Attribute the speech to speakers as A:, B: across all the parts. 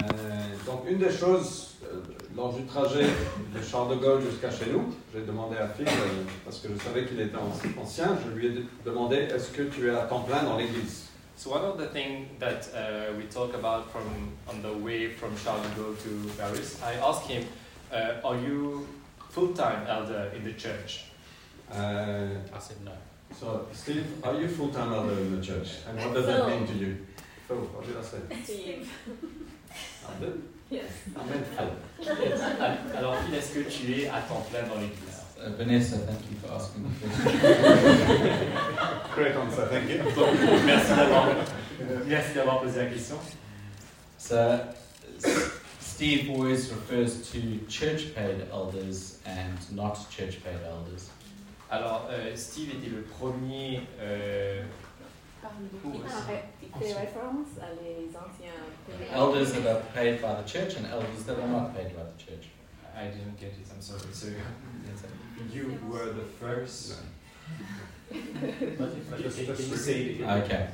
A: Euh, Donc, une des choses, euh, lors du trajet de Charles de Gaulle jusqu'à chez nous, j'ai demandé à Phil, euh, parce que je savais qu'il était an- ancien, je lui ai de- demandé est-ce que tu es à temps plein dans l'église
B: So one of the things that uh, we talk about from on the way from Charles de Gaulle to Paris, I asked him, uh, "Are you full-time elder in the church?"
A: Euh,
B: I said no.
A: So, Steve, are you full time elder in the church? And what does that
C: Phil.
A: mean to you? Phil, what did I say?
C: Steve.
A: I did.
C: Yes.
A: I meant Phil.
B: Yes. Alors, Phil, est-ce que tu es à temps plein dans l'église?
D: Uh, Vanessa, thank you for asking the question.
A: Great answer, thank you.
B: Donc, merci d'avoir merci d'avoir posé la question.
D: So, S- Steve always refers to church paid elders and not church paid elders.
B: Alors, euh, Steve était le premier euh,
C: Il fait référence à les anciens pays.
D: Elders that are paid by the church and elders that are not paid by the church.
B: I didn't get it. I'm sorry. So
D: That's it.
B: you were the first.
A: But
B: Okay,
A: that's-
B: can you say it again?
D: Okay.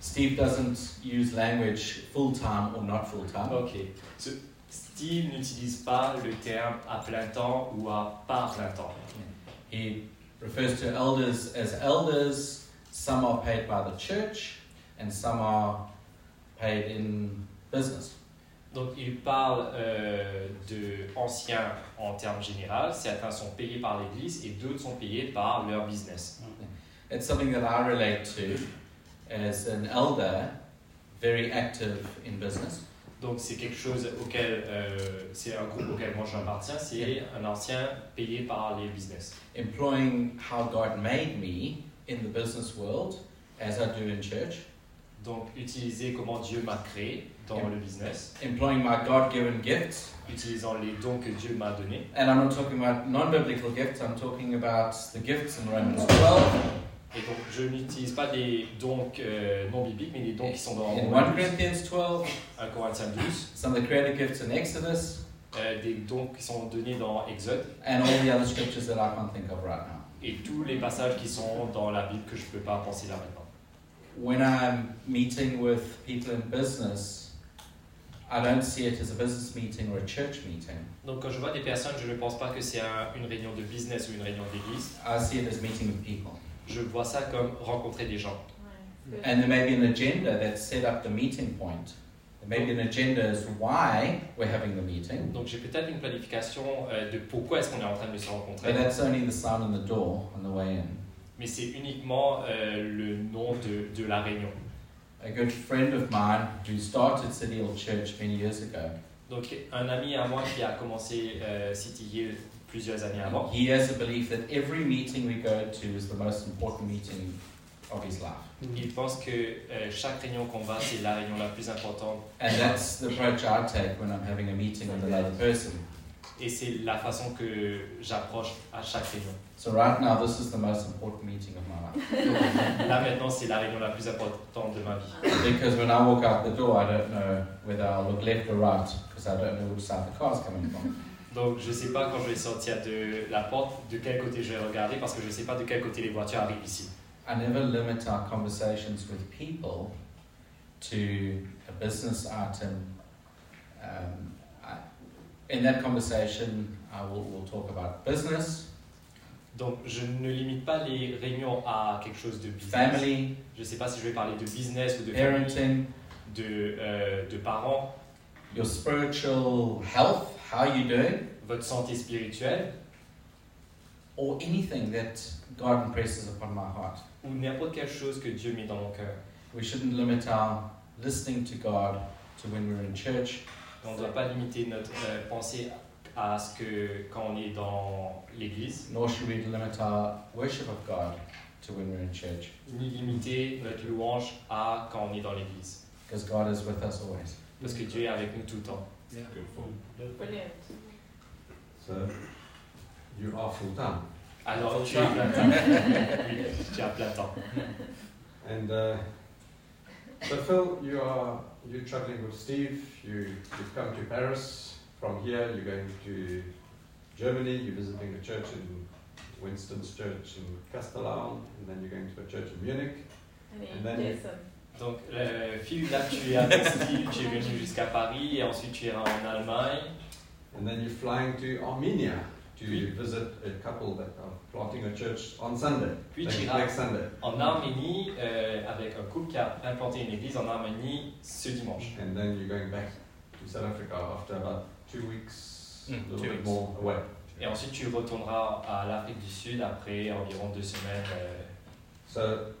D: Steve doesn't use language full time or not full time.
B: Ok. So, Steve n'utilise pas le terme à plein temps ou à pas plein temps.
D: He refers to elders as elders. Some are paid by the church and some are paid in business.
B: Donc il parle euh, de anciens en termes général. Certains sont payés par l'Église et d'autres sont payés par leur business.
D: It's something that I relate to as an elder, very active in business.
B: Donc c'est quelque chose auquel euh, c'est un groupe auquel moi j'appartiens. C'est un ancien payé par les business.
D: employing how God made me in the business world as I do in church,
B: Donc utiliser comment Dieu m'a créé dans le business,
D: employing my God given gifts.
B: utilisant les dons que Dieu m'a donnés.
D: And I'm not talking about non biblical gifts, I'm talking about the gifts in Romans 12,
B: Et donc je n'utilise pas des dons euh, non bibliques, mais les dons qui sont dans
D: in
B: Romains
D: 1
B: 12,
D: Corinthians 12,
B: 1 Corinthiens 12,
D: some of the creative gifts in Exodus,
B: euh, des dons qui sont donnés dans Exode.
D: and all the other scriptures that I can't think of right now.
B: et tous les passages qui sont dans la Bible que je ne peux pas penser là maintenant.
D: When I'm meeting with people in business, I don't see it as a business meeting or a church meeting.
B: Donc quand je vois des personnes, je ne pense pas que c'est un- une réunion de business ou une réunion d'église.
D: I see it as meeting with people.
B: Je vois ça comme rencontrer des gens.
D: And there may be an agenda that set up the meeting point. There may be an agenda as why we're having the meeting,
B: Donc j'ai peut-être une planification euh, de pourquoi est-ce qu'on est en train de se rencontrer,
D: but that's only the sound on the door on the way in.
B: mais c'est uniquement euh, le nom de, de la réunion.
D: A good friend of mine who started City Hill Church many years ago,
B: Donc un ami à moi qui a commencé euh, City Hill plusieurs années avant,
D: he has a belief that every meeting we go to is the most important meeting of his life.
B: il pense que euh, chaque réunion qu'on va, c'est la réunion la plus importante
D: And that's the approach I take when I'm having a meeting with another person.
B: et c'est la façon que j'approche à chaque réunion.
D: So right now, this is the most important meeting of my life.
B: Là maintenant, c'est la réunion la plus importante de ma vie.
C: Uh,
D: Because when I walk out the door, I don't know whether I'll look left or right, because I don't know which side the car's coming from.
B: Donc je sais pas quand je vais sortir de la porte, de quel côté je vais regarder parce que je sais pas de quel côté les voitures arrivent ici.
D: I never limit our conversations with people to a business item. Um, I, in that conversation, I will will talk about business,
B: Donc je ne limite pas les réunions à quelque chose de business.
D: family,
B: Je sais pas si je vais parler de business ou de famille,
D: parenting,
B: de, euh, de parents,
D: your spiritual health, how you doing,
B: votre santé spirituelle
D: or anything that God impresses upon my heart.
B: ou n'importe quelle chose que Dieu met dans mon cœur.
D: We shouldn't limit our listening to God to when we're in church
B: On ne doit pas limiter notre euh, pensée à ce que quand on est dans l'église,
D: nor should we limit our worship of God to when we're in church,
B: ni limiter notre louange à quand on est dans l'église.
D: because God is with us always.
B: Parce que Dieu est avec nous tout le temps.
C: Brilliant.
A: So, you are full time.
B: Alors tu as plein de temps. Oui, tu as plein de temps.
A: And uh, so, Phil, you are you traveling with Steve. You you've come to Paris. From here, you're going to Germany. You're visiting a church in Winston's church in Castellan, and then you're going to a church in Munich.
C: And
A: And then-
C: Jason.
B: Donc, euh, Phil, là, tu es à Bastille, tu es venu jusqu'à Paris, et ensuite tu iras en Allemagne.
A: And then you're flying to Armenia to visit a couple that are planting a church on Sunday,
B: Puis
A: next,
B: tu iras
A: next Sunday.
B: en Arménie euh, avec un couple qui a implanté une église en Arménie ce dimanche.
A: And then you're going back to South Africa after about two weeks, a
D: Mm,
A: little
D: two
A: bit
D: weeks.
A: more away.
B: Et ensuite, tu retourneras à l'Afrique du Sud après environ deux semaines. euh.
A: So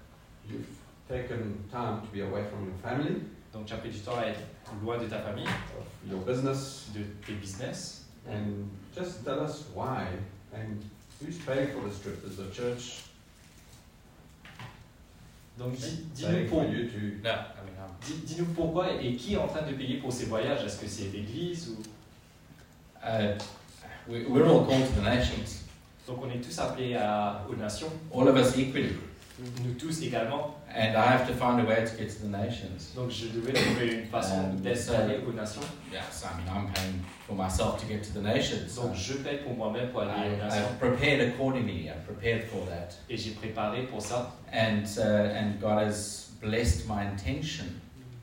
A: you've taken time to be away from your family,
B: donc, tu as pris du temps à être loin de ta famille,
A: of your business,
B: de tes business.
A: and just tell us why and who's paying for this trip? Is the church
B: Donc, dis- dis-nous
A: paying for
B: pour,
A: you to?
D: No, I mean, um, I'm,
B: dis- dis-nous pourquoi et qui est en train de payer pour ces voyages. Est-ce que c'est l'église ou...
D: uh, we, we're all called to the nations,
B: Donc, on est tous appelés à, aux nations,
D: all of us equally.
B: nous tous également.
D: And I have to find a way to get to the nations.
B: Donc, je devais trouver une façon
D: Euh,
B: d'être
D: ça-
B: allé aux nations.
D: Yes, I mean, I'm paying for myself to get to the nations.
B: Donc, je paye pour moi-même pour
D: I,
B: aller aux nations.
D: I've prepared accordingly. I've prepared for that,
B: Et j'ai préparé pour ça.
D: and uh, and God has blessed my intention.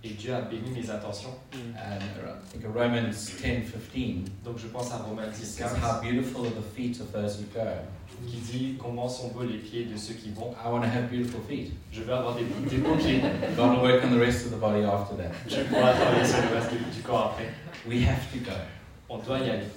B: Et Dieu a béni mes intentions.
D: And I think of Romans ten fifteen
B: Donc, je pense à Romains 10,
D: says
B: 15,
D: how beautiful are the feet of those who go.
B: qui dit Comment sont beaux les pieds de ceux qui vont.
D: I want to have beautiful feet.
B: Je veux avoir des, des beaux pieds.
D: God will work on the rest of the body after that.
B: Je pourrai travailler sur le reste du corps après.
D: We have to go.
B: On doit y aller.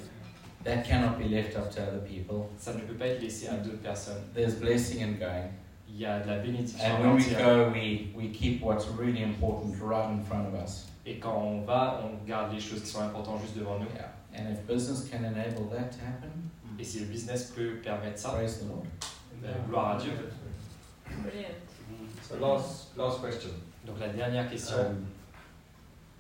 D: That cannot be left up to other people.
B: Ça ne peut pas être laissé à d'autres personnes.
D: There's blessing in going,
B: Il y a de la bénédiction
D: and
B: à
D: when we
B: l'entière.
D: go, we we keep what's really important right in front of us.
B: Et quand on va, on garde les choses qui sont importantes juste devant nous.
D: Yeah. And if business can enable that to happen,
B: Et si le business peut permettre ça,
D: praise the Lord.
B: euh, gloire à Dieu.
C: Brilliant.
A: So last last question.
B: Donc la dernière question,
A: Um,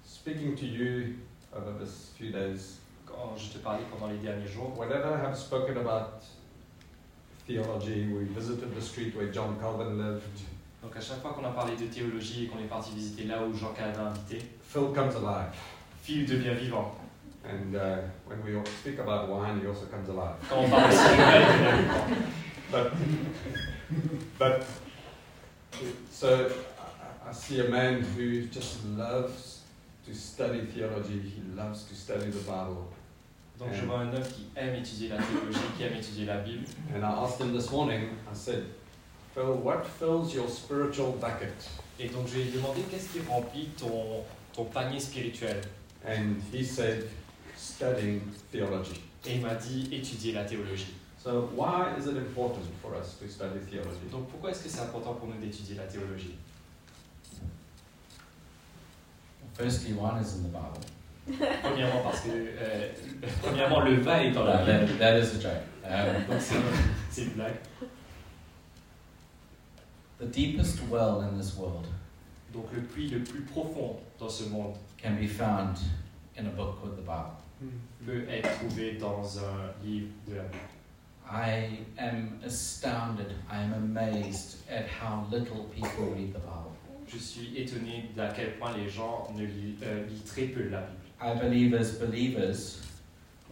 A: speaking to you over this few days,
B: quand je te parlais pendant les derniers jours,
A: whenever I have spoken about theology, we visited the street where John Calvin lived.
B: donc à chaque fois qu'on a parlé de théologie et qu'on est parti visiter là où Jean Calvin habitait,
A: Phil comes alive,
B: Phil devient vivant.
A: and uh, when we speak about wine, he also comes alive.
B: Quand on parle aussi de Noël, il devient vivant.
A: But but so I, I- I see a man who just loves to study theology. He loves to study the Bible.
B: Donc je vois un homme qui aime étudier la théologie, qui aime étudier la Bible.
A: And I asked him this morning, I said, Phil, what fills your spiritual bucket?
B: Et donc je lui ai demandé qu'est-ce qui remplit ton, ton panier spirituel.
A: And he said, studying theology.
B: Et il m'a dit étudier la théologie.
A: So, why is it important for us to study theology?
B: Donc pourquoi est-ce que c'est important pour nous d'étudier la théologie
D: Firstly, wine is in the Bible.
B: Premièrement parce que euh, premièrement le vin est dans la
D: Uh,
B: Bible.
D: that, that is a joke. Um,
B: Donc c'est c'est une blague.
D: the deepest well in this world
B: Donc le puits le plus profond dans ce monde
D: can be found in a book called the Bible.
B: peut être trouvé dans un livre de la Bible.
D: I am astounded, I am amazed at how little people read the Bible.
B: Je suis étonné d'à quel point les gens ne lisent, euh, lisent très peu la Bible.
D: I believe as believers,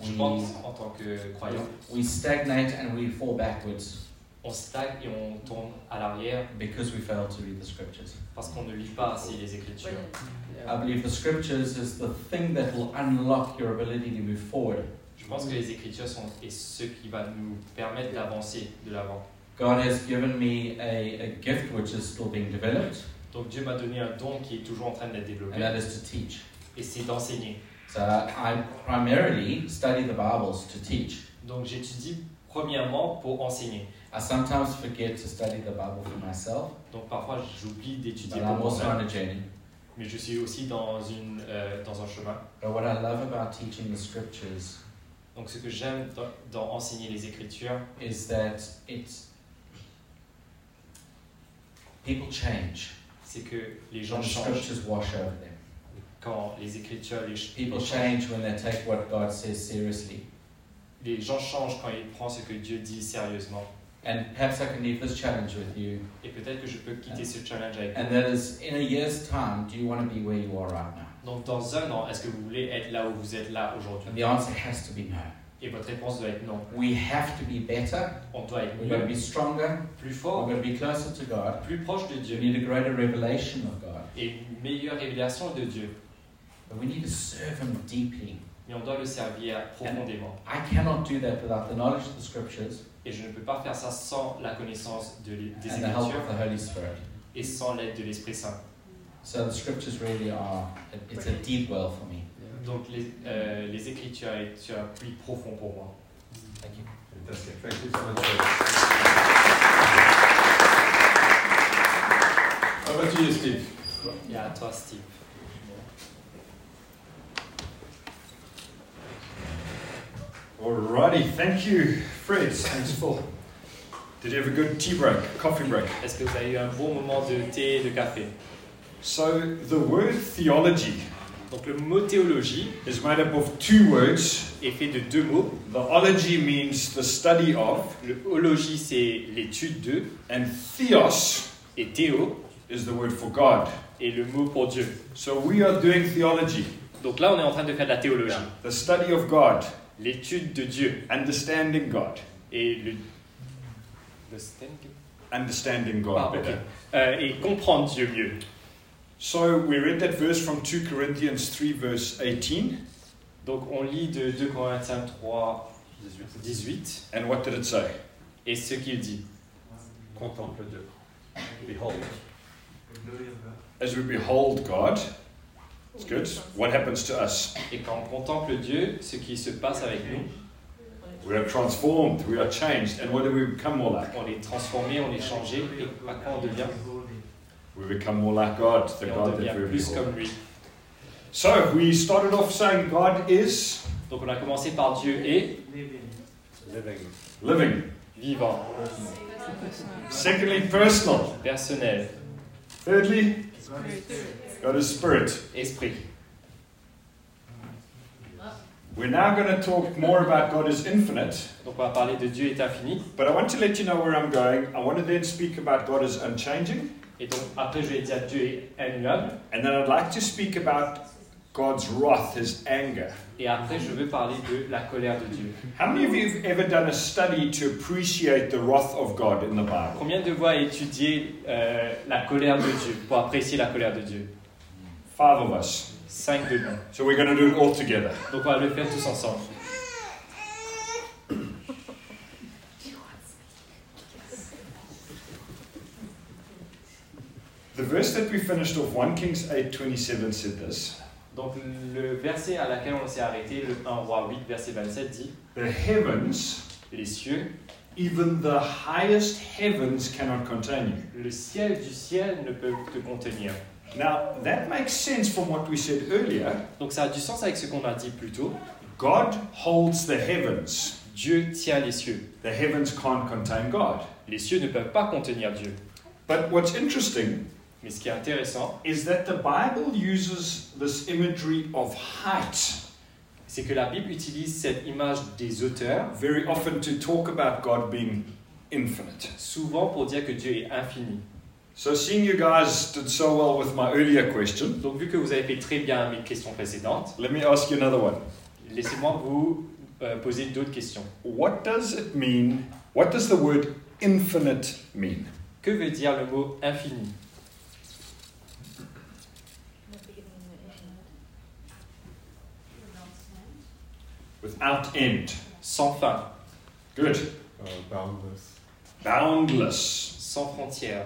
B: Je
D: we,
B: pense en tant que croyant,
D: we stagnate and we fall backwards
B: on stagne et on tombe à l'arrière
D: because we fail to read the scriptures.
B: parce qu'on ne lit pas assez les Écritures.
C: Brilliant.
D: I believe the scriptures is the thing that will unlock your ability to move forward.
B: Je pense que les Écritures sont est ce qui va nous permettre d'avancer de l'avant.
D: God has given me a, a gift which is still being developed,
B: Donc Dieu m'a donné un don qui est toujours en train d'être
D: and that
B: développé
D: is to teach.
B: et c'est d'enseigner.
D: So I primarily study the Bibles to teach.
B: Donc j'étudie premièrement pour enseigner.
D: I sometimes forget to study the Bible for myself,
B: Donc parfois j'oublie d'étudier
D: but
B: pour
D: I'm
B: moi.
D: also on a journey.
B: Mais je suis aussi dans, une, euh, dans un chemin.
D: But what I love about teaching the scriptures
B: Donc ce que j'aime dans, dans enseigner les Écritures,
D: is that it people change.
B: c'est que les
D: When
B: gens
D: the
B: changent
D: scriptures wash over them.
B: quand les Écritures, les, ch-
D: People change when they take what God says seriously.
B: les gens changent quand ils prennent ce que Dieu dit sérieusement.
D: And perhaps I can leave this challenge with you,
B: Et peut-être que je peux quitter ce challenge avec
D: Ah. and that is in a year's time, do you want to be where you are right now?
B: Donc dans un an, est-ce que vous voulez être là où vous êtes là
D: And
B: aujourd'hui
D: the answer has to be no.
B: Et votre réponse doit être non.
D: We have to be better,
B: On doit être
D: we're going to
B: mieux,
D: be stronger,
B: plus
D: we're
B: fort,
D: going to be closer to God.
B: plus proche de
D: You
B: Dieu.
D: need a greater revelation of God.
B: et une meilleure révélation de Dieu.
D: But we need to serve Him deeply.
B: Mais on doit le servir profondément.
D: I cannot do that without the knowledge of the Scriptures
B: Et je ne peux pas faire ça sans la connaissance de l'é- des
D: and the help
B: Écritures
D: of the Holy Spirit.
B: et sans l'aide de l'Esprit Saint.
D: So the Scriptures really are, it's a deep well for me.
B: Donc les, euh, les Écritures sont un puits profond pour moi.
D: Thank you.
A: Fantastic. Thank you so much. Dave. Over to you, Steve.
B: Et à toi, Steve.
E: Alrighty, thank you, Fred. Thanks for. Did you have a good tea break, coffee break?
B: Est-ce que vous avez eu un bon moment de thé et de café
E: So, the word theology
B: Donc le mot théologie
E: is made up of two words.
B: est fait de deux mots.
E: The ology means the study of,
B: Le ologie, c'est l'étude de,
E: and theos
B: et théo
E: is the word for God.
B: est le mot pour Dieu.
E: So, we are doing theology,
B: Donc là, on est en train de faire de la théologie.
E: the study of God,
B: L'étude de Dieu
E: understanding God,
B: et le... le stand-
E: understanding God
B: Ah, ok.
E: better.
B: Euh, et comprendre Dieu mieux.
E: So, we read that verse from 2 Corinthians 3, verse 18,
B: Donc on lit de 2 Corinthiens 3, 18,
E: and what did it say?
B: et ce qu'il dit.
A: Contemple Dieu. Behold.
E: As we behold God, it's good. What happens to us?
B: Et quand on contemple Dieu, ce qui se passe avec nous,
E: We are transformed, we are changed, and what do we become more like?
B: on est transformé, on est changé, et après on devient,
E: We become more like God, the
B: et on
E: God
B: devient
E: that we
B: plus
E: behold.
B: comme lui.
E: So we started off saying God is
B: Donc on a commencé par Dieu et
A: Living.
E: living.
B: vivant,
E: Secondly, personal.
B: personnel,
E: Thirdly, God is spirit.
B: esprit.
E: We're now going to talk more about God is infinite,
B: Donc on va parler de Dieu est infini.
E: but I want to let you know where I'm going. I want to then speak about God is unchanging,
B: Et donc après je vais dire Dieu est immuable.
E: and then I'd like to speak about God's wrath, his anger.
B: Et après je veux parler de la colère de Dieu.
E: How many of you have ever done a study to appreciate the wrath of God in the Bible?
B: Combien de fois étudier euh, la colère de Dieu pour apprécier la colère de Dieu
E: Five of us.
B: 5 de nous.
E: So we're going to do it all together.
B: Donc on va le faire tous ensemble.
E: The verse that we finished off, 1 Kings 8:27 said this:
B: Donc le verset à laquelle on s'est arrêté, le 1 roi 8 verset 27 dit
E: "The heavens,
B: les cieux,
E: even the highest heavens cannot contain you."
B: le ciel du ciel ne peut te contenir.
E: Now, that makes sense from what we said earlier.
B: Donc ça a du sens avec ce qu'on a dit plus tôt.
E: God holds the heavens.
B: Dieu tient les cieux.
E: The heavens can't contain God.
B: Les cieux ne peuvent pas contenir Dieu.
E: But what's interesting
B: Mais ce qui est intéressant,
E: is that the Bible uses this imagery of height
B: c'est que la Bible utilise cette image des auteurs
E: very often to talk about God being infinite.
B: souvent pour dire que Dieu est infini.
E: So seeing you guys did so well with my earlier question,
B: Donc vu que vous avez fait très bien mes questions précédentes,
E: Let me ask you another one.
B: laissez-moi vous euh, poser d'autres questions.
E: What does it mean? What does the word infinite mean?
B: Que veut dire le mot infini
E: Without end.
B: Sans fin,
E: Good.
A: Uh, boundless.
E: Boundless.
B: sans frontières,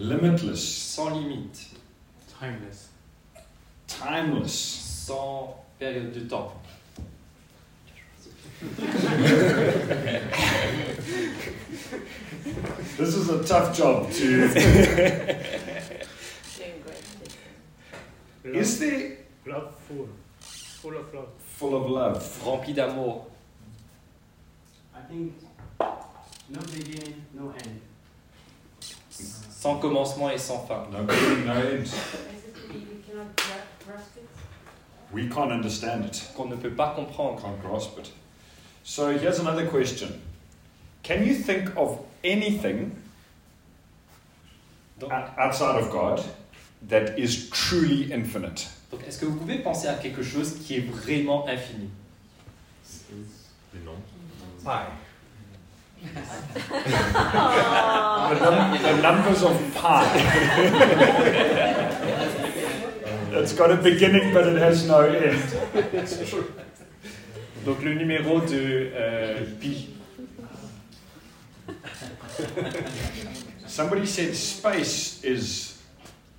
E: Limitless.
B: sans limite,
F: Timeless.
E: Timeless.
B: sans période de temps.
E: This is a tough job to.
C: Doing great.
E: is there
F: Love full. Full of love.
E: full of love?
B: Rempli d'amour,
G: I think no beginning, no end.
B: sans commencement et sans fin.
E: No beginning, no end.
C: You cannot grasp it.
E: We can't understand it.
B: Qu'on ne peut pas
E: I
B: comprendre.
E: can't grasp it. So here's another question. Can you think of anything o-
B: Donc,
E: outside of God that is truly infinite?
B: donc, est-ce que vous pouvez penser à quelque chose qui est vraiment infini
A: Pi.
E: The, num- the numbers of pi. It's got a beginning, but it has no end.
B: Donc le numéro de euh, pi.
E: Somebody said space is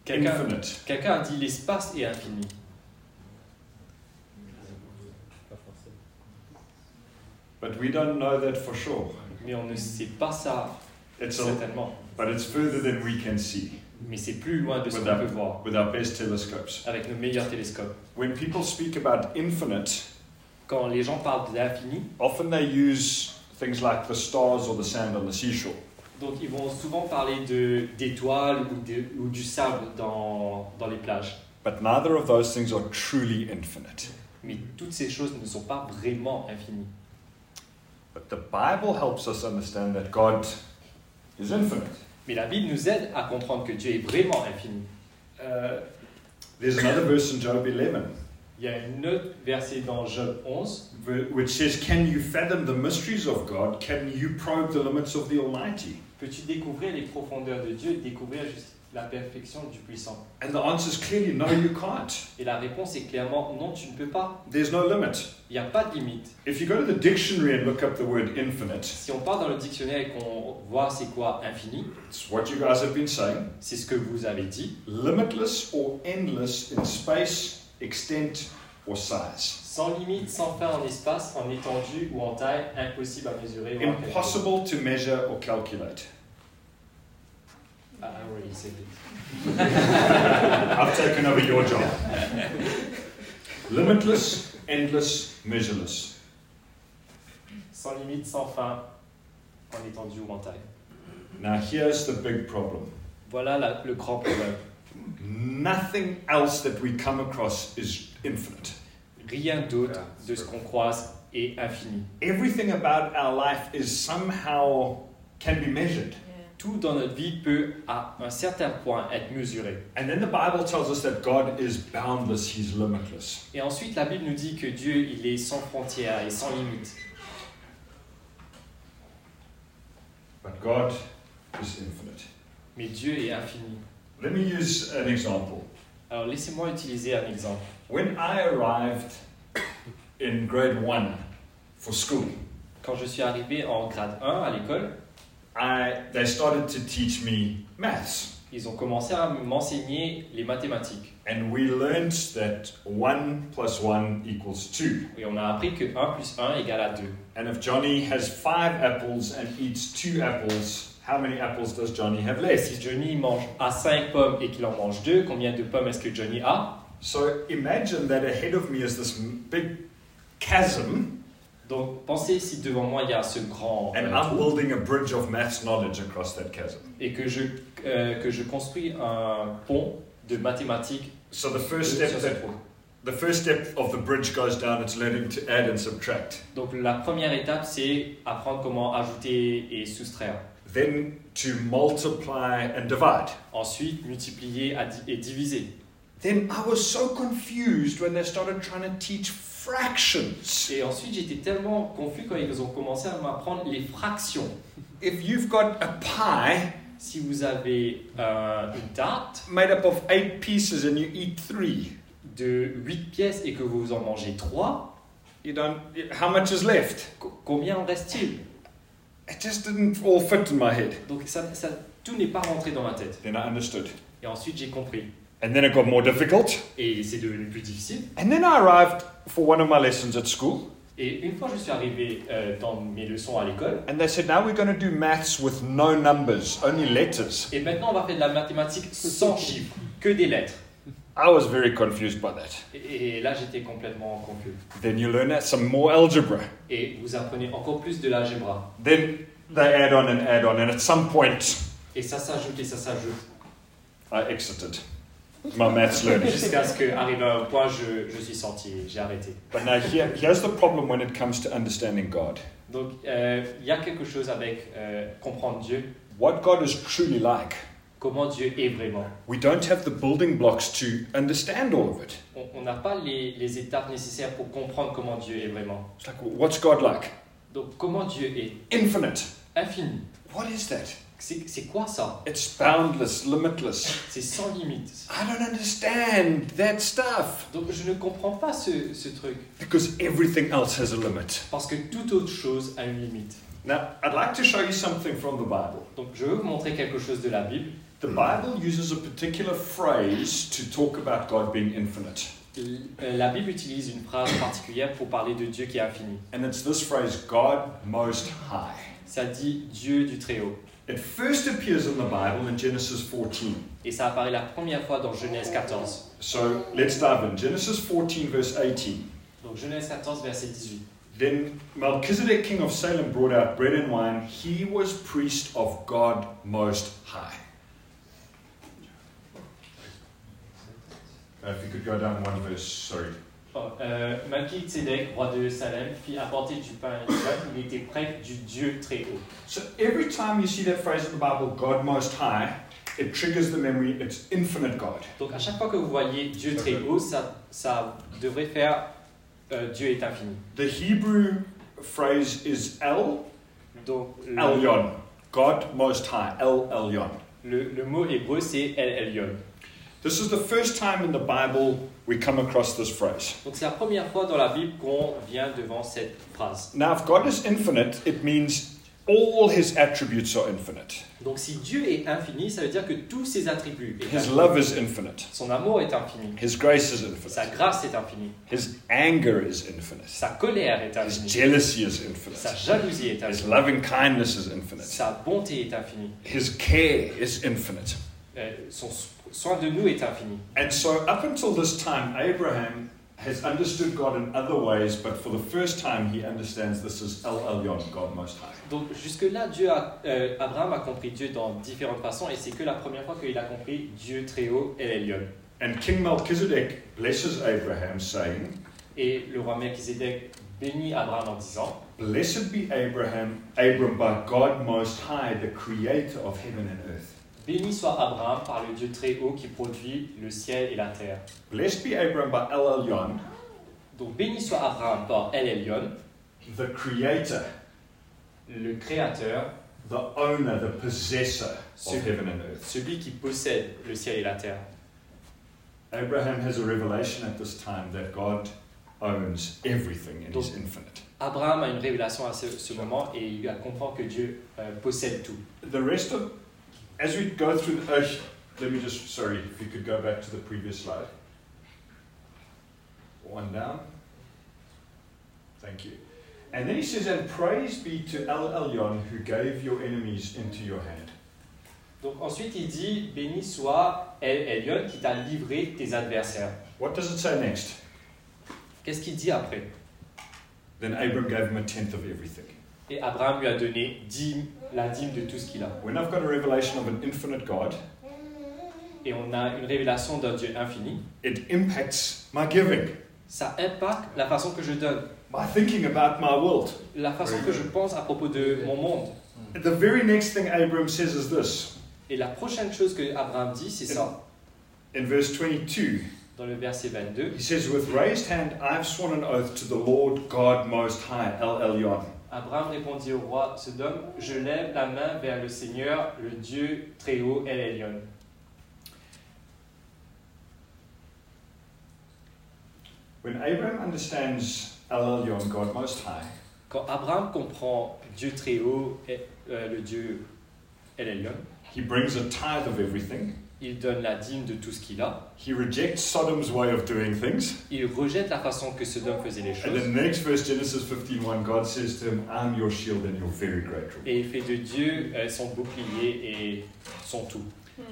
B: Quelqu'un
E: infinite.
B: quelqu'un a dit l'espace est infini.
E: But we don't know that for sure.
B: Mais on ne sait pas ça
E: It's a,
B: certainement.
E: but it's further than we can see
B: Mais c'est plus loin de ce qu'on
E: Voilà.
B: peut voir
E: with our best telescopes.
B: avec nos meilleurs télescopes.
E: When people speak about infinite,
B: Quand les gens parlent de l'infini,
E: often they use things like the stars or the sand on the seashore.
B: donc ils vont souvent parler de- d'étoiles ou, de- ou du sable dans, dans les plages.
E: But neither of those things are truly infinite.
B: Mais toutes ces choses ne sont pas vraiment infinies.
E: But the Bible helps us understand that God is infinite.
B: Mais la Bible nous aide à comprendre que Dieu est vraiment infini. Euh,
E: There's another verse in Job 11
B: il y a un autre verset dans Job 11
E: wh- which says, Can you fathom the mysteries of God? Can you probe the limits of the Almighty?
B: Peux-tu découvrir les profondeurs de Dieu et découvrir juste la perfection du puissant
E: And the answer is clearly no, you can't.
B: Et la réponse est clairement non, tu ne peux pas.
E: There's no limit.
B: Il n'y a pas de limite.
E: If you go to the dictionary and look up the word infinite,
B: Si on part dans le dictionnaire et qu'on voit c'est quoi infini,
E: it's what you guys have been saying
B: c'est ce que vous avez dit,
E: limitless or endless in space, extent, or size.
B: sans limite, sans fin en espace, en étendue ou en taille, impossible à mesurer. ou à calculer.
E: Impossible to measure or calculate.
B: Ah, I already said it.
E: I've taken over your job. Limitless, endless, measureless.
B: Sans limite, sans fin, en étendue ou en taille.
E: Now, here's the big problem
B: Voilà la- le grand problème.
E: nothing else that we come across is infinite.
B: Rien d'autre de ce qu'on croise est infini.
E: Everything about our life is somehow can be measured.
B: Tout dans notre vie peut, à un certain point, être mesuré.
E: And then the Bible tells us that God is boundless, He's limitless.
B: Et ensuite, la Bible nous dit que Dieu, il est sans frontières et sans limites.
E: But God is infinite.
B: Mais Dieu est infini.
E: Let me use an example.
B: Alors, laissez-moi utiliser un exemple.
E: When I arrived in grade one for school,
B: Quand je suis arrivé en grade 1 à l'école,
E: I, they started to teach me maths.
B: ils ont commencé à m'enseigner les mathématiques.
E: And we learned that 1 plus 1 equals 2.
B: Et on a appris que 1 plus 1 égale à 2.
E: And if Johnny has 5 apples and eats 2 apples, how many apples does Johnny have
B: Et
E: left?
B: si Johnny mange à 5 pommes et qu'il en mange 2, combien de pommes est-ce que Johnny a
E: So imagine that ahead of me is this m- big chasm,
B: Donc pensez si devant moi il y a ce grand
E: and
B: euh,
E: I'm
B: trou
E: building a bridge of maths knowledge across that chasm.
B: et que je, euh, que je construis un pont de mathématiques
E: So the
B: sur
E: first step,
B: ce
E: that,
B: trou.
E: the first step of the bridge goes down. It's learning to add and subtract.
B: Donc la première étape c'est apprendre comment ajouter et soustraire.
E: Then to multiply and divide.
B: Ensuite multiplier à di- et diviser.
E: Then I was so confused when they started trying to teach fractions.
B: Et ensuite j'étais tellement confus quand ils ont commencé à m'apprendre les fractions.
E: If you've got a pie
B: Si vous avez euh, une tarte
E: made up of eight pieces and you eat three,
B: de 8 pièces et que vous en mangez 3,
E: you don't. How much is left?
B: combien en reste-t-il
E: It just didn't all fit in my head.
B: Donc ça, ça- tout n'est pas rentré dans ma tête.
E: Then I understood,
B: Et ensuite j'ai compris.
E: and then it got more difficult.
B: Et c'est devenu plus difficile.
E: And then I arrived for one of my lessons at school,
B: Et une fois je suis arrivé euh, dans mes leçons à l'école,
E: and they said, "Now we're going to do maths with no numbers, only letters."
B: et maintenant on va faire de la mathématique sans chiffres, que des lettres.
E: I was very confused by that.
B: Et, et là j'étais complètement confus.
E: Then you learn some more algebra.
B: Et vous apprenez encore plus de l'algèbre.
E: Then they add on and add on, and at some point,
B: Et ça s'ajoute et ça s'ajoute.
E: I exited my maths learning.
B: Jusqu'à ce qu'arrive à un point, je, je suis sorti, et j'ai arrêté.
E: But now here, here's the problem when it comes to understanding God.
B: Donc euh, il y a quelque chose avec euh, comprendre Dieu,
E: What God is truly like,
B: comment Dieu est vraiment.
E: we don't have the building blocks to understand all of it.
B: On on n'a pas les, les étapes nécessaires pour comprendre comment Dieu est vraiment.
E: It's like, what's God like?
B: Donc comment Dieu est
E: Infinite.
B: infini.
E: What is that?
B: C'est c'est quoi ça
E: It's boundless, limitless.
B: C'est sans limite.
E: I don't understand that stuff
B: Donc je ne comprends pas ce, ce truc,
E: because everything else has a limit.
B: parce que toute autre chose a une limite.
E: Now, I'd like to show you something from the Bible.
B: Donc je veux vous montrer quelque chose de la Bible.
E: The Bible uses a particular phrase to talk about God being infinite,
B: L- euh, La Bible utilise une phrase particulière pour parler de Dieu qui est infini.
E: and it's this phrase, God Most High.
B: Ça dit Dieu du Très-Haut.
E: It first appears in the Bible in Genesis 14.
B: Et ça apparaît la première fois dans Genèse 14.
E: So let's dive in. Genesis 14, verse 18.
B: Donc Genèse 14, verset 18.
E: Then Melchizedek, king of Salem, brought out bread and wine. He was priest of God Most High. Uh, if you could go down one verse, sorry.
B: Oh, euh, Melchizedek, roi de Salem, fit apporter du pain et du vin. Il était prêtre du Dieu Très-Haut.
E: So every time you see that phrase in the Bible, God Most High, it triggers the memory, it's infinite God.
B: Donc à chaque fois que vous voyez Dieu très haut, ça, ça devrait faire euh, Dieu est infini.
E: The Hebrew phrase is El
B: Donc le,
E: Elyon, God Most High, El Elyon.
B: le- le mot hébreu c'est El Elyon.
E: This is the first time in the Bible we come across this phrase.
B: Donc c'est la première fois dans la Bible qu'on vient devant cette phrase.
E: Now, if God is infinite, it means all his attributes are infinite.
B: Donc si Dieu est infini, ça veut dire que tous ses attributs, est
E: His
B: infini.
E: love is infinite.
B: son amour est infini,
E: His grace is
B: sa
E: infinite.
B: grâce est infinie,
E: His anger is infinite.
B: sa colère est
E: His
B: infinie,
E: jealousy is
B: sa
E: infinite.
B: jalousie est
E: His
B: infinie,
E: loving kindness is infinite.
B: sa bonté est infinie,
E: His care is infinite.
B: euh, son so- soin de nous est infini.
E: And so, up until this time, Abraham has understood God in other ways, but for the first time, he understands this is El Elyon, God Most High.
B: Donc jusque-là, Dieu a, euh, Abraham a compris Dieu dans différentes façons et c'est que la première fois qu'il a compris Dieu très haut et Elion.
E: And King Melchizedek blesses Abraham, saying,
B: Et le roi Melchizedek bénit Abraham en disant
E: Blessed be Abraham, Abram by God Most High, the creator of heaven and earth.
B: Béni soit Abraham par le Dieu très haut qui produit le ciel et la terre.
E: Blessed be Abram by El Elyon,
B: Donc béni soit Abraham par El Elyon,
E: the creator,
B: le créateur,
E: the owner, the possessor of
B: celui,
E: heaven and earth.
B: celui qui possède le ciel et la terre.
E: Abraham has a revelation at this time that God owns everything and is infinite.
B: Abraham a une révélation à ce, ce moment et il comprend que Dieu euh, possède tout.
E: The rest of, as we go through, the, uh, let me just, sorry, if you could go back to the previous slide. One down. Thank you. And then he says, and praise be to El Elyon who gave your enemies into your hand.
B: Donc ensuite il dit béni soit El Elyon qui t'a livré tes adversaires.
E: What does it say next?
B: Qu'est-ce qu'il dit après
E: Then Abram gave him a tenth of everything.
B: Et Abraham lui a donné dîme, la dîme de tout ce qu'il a.
E: When I've got a revelation of an infinite God,
B: Et on a une révélation d'un Dieu infini.
E: it impacts my giving,
B: Ça impacte la façon que je donne,
E: my thinking about my world.
B: la façon que je pense à propos de mon monde.
E: The very next thing Abram says is this
B: Et la prochaine chose que Abraham dit, c'est ça,
E: in verse 22.
B: dans le verset 22.
E: He says, With raised hand, I've sworn an oath to the Lord God Most High, El Elyon.
B: Abraham répondit au roi Sodome Je lève la main vers le Seigneur, le Dieu très haut, El Elyon.
E: When Abram understands El Elyon, God Most High,
B: Quand Abraham comprend Dieu très haut, et, euh, le Dieu El Elyon,
E: he brings a tithe of everything.
B: il donne la dîme de tout ce qu'il a.
E: He rejects Sodom's way of doing things.
B: Il rejette la façon que Sodome faisait les
E: And
B: choses.
E: in the next verse, Genesis 15:1, God says to him, I'm your shield and your very great reward.
B: Et il fait de Dieu euh, son bouclier et son tout.
C: Hmm.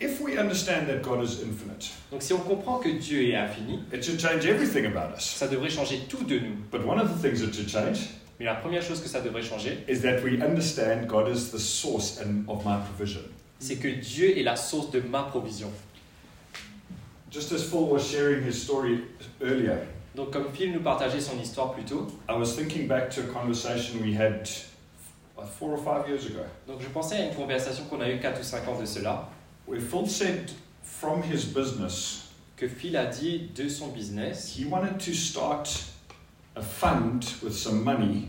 E: If we understand that God is infinite,
B: Donc si on comprend que Dieu est infini,
E: it should change everything about us.
B: ça devrait changer tout de nous.
E: But one of the things that should change
B: Mais la première chose que ça devrait changer,
E: is that we understand God is the source and of my provision.
B: c'est que Dieu est la source de ma provision.
E: Just as Phil was sharing his story earlier,
B: Donc comme Phil nous partageait son histoire plus tôt,
E: I was thinking back to a conversation we had uh, four or five years ago,
B: donc je pensais à une conversation qu'on a eue 4 ou 5 ans de cela,
E: where Phil said from his business
B: que Phil a dit de son business
E: he wanted to start a fund with some money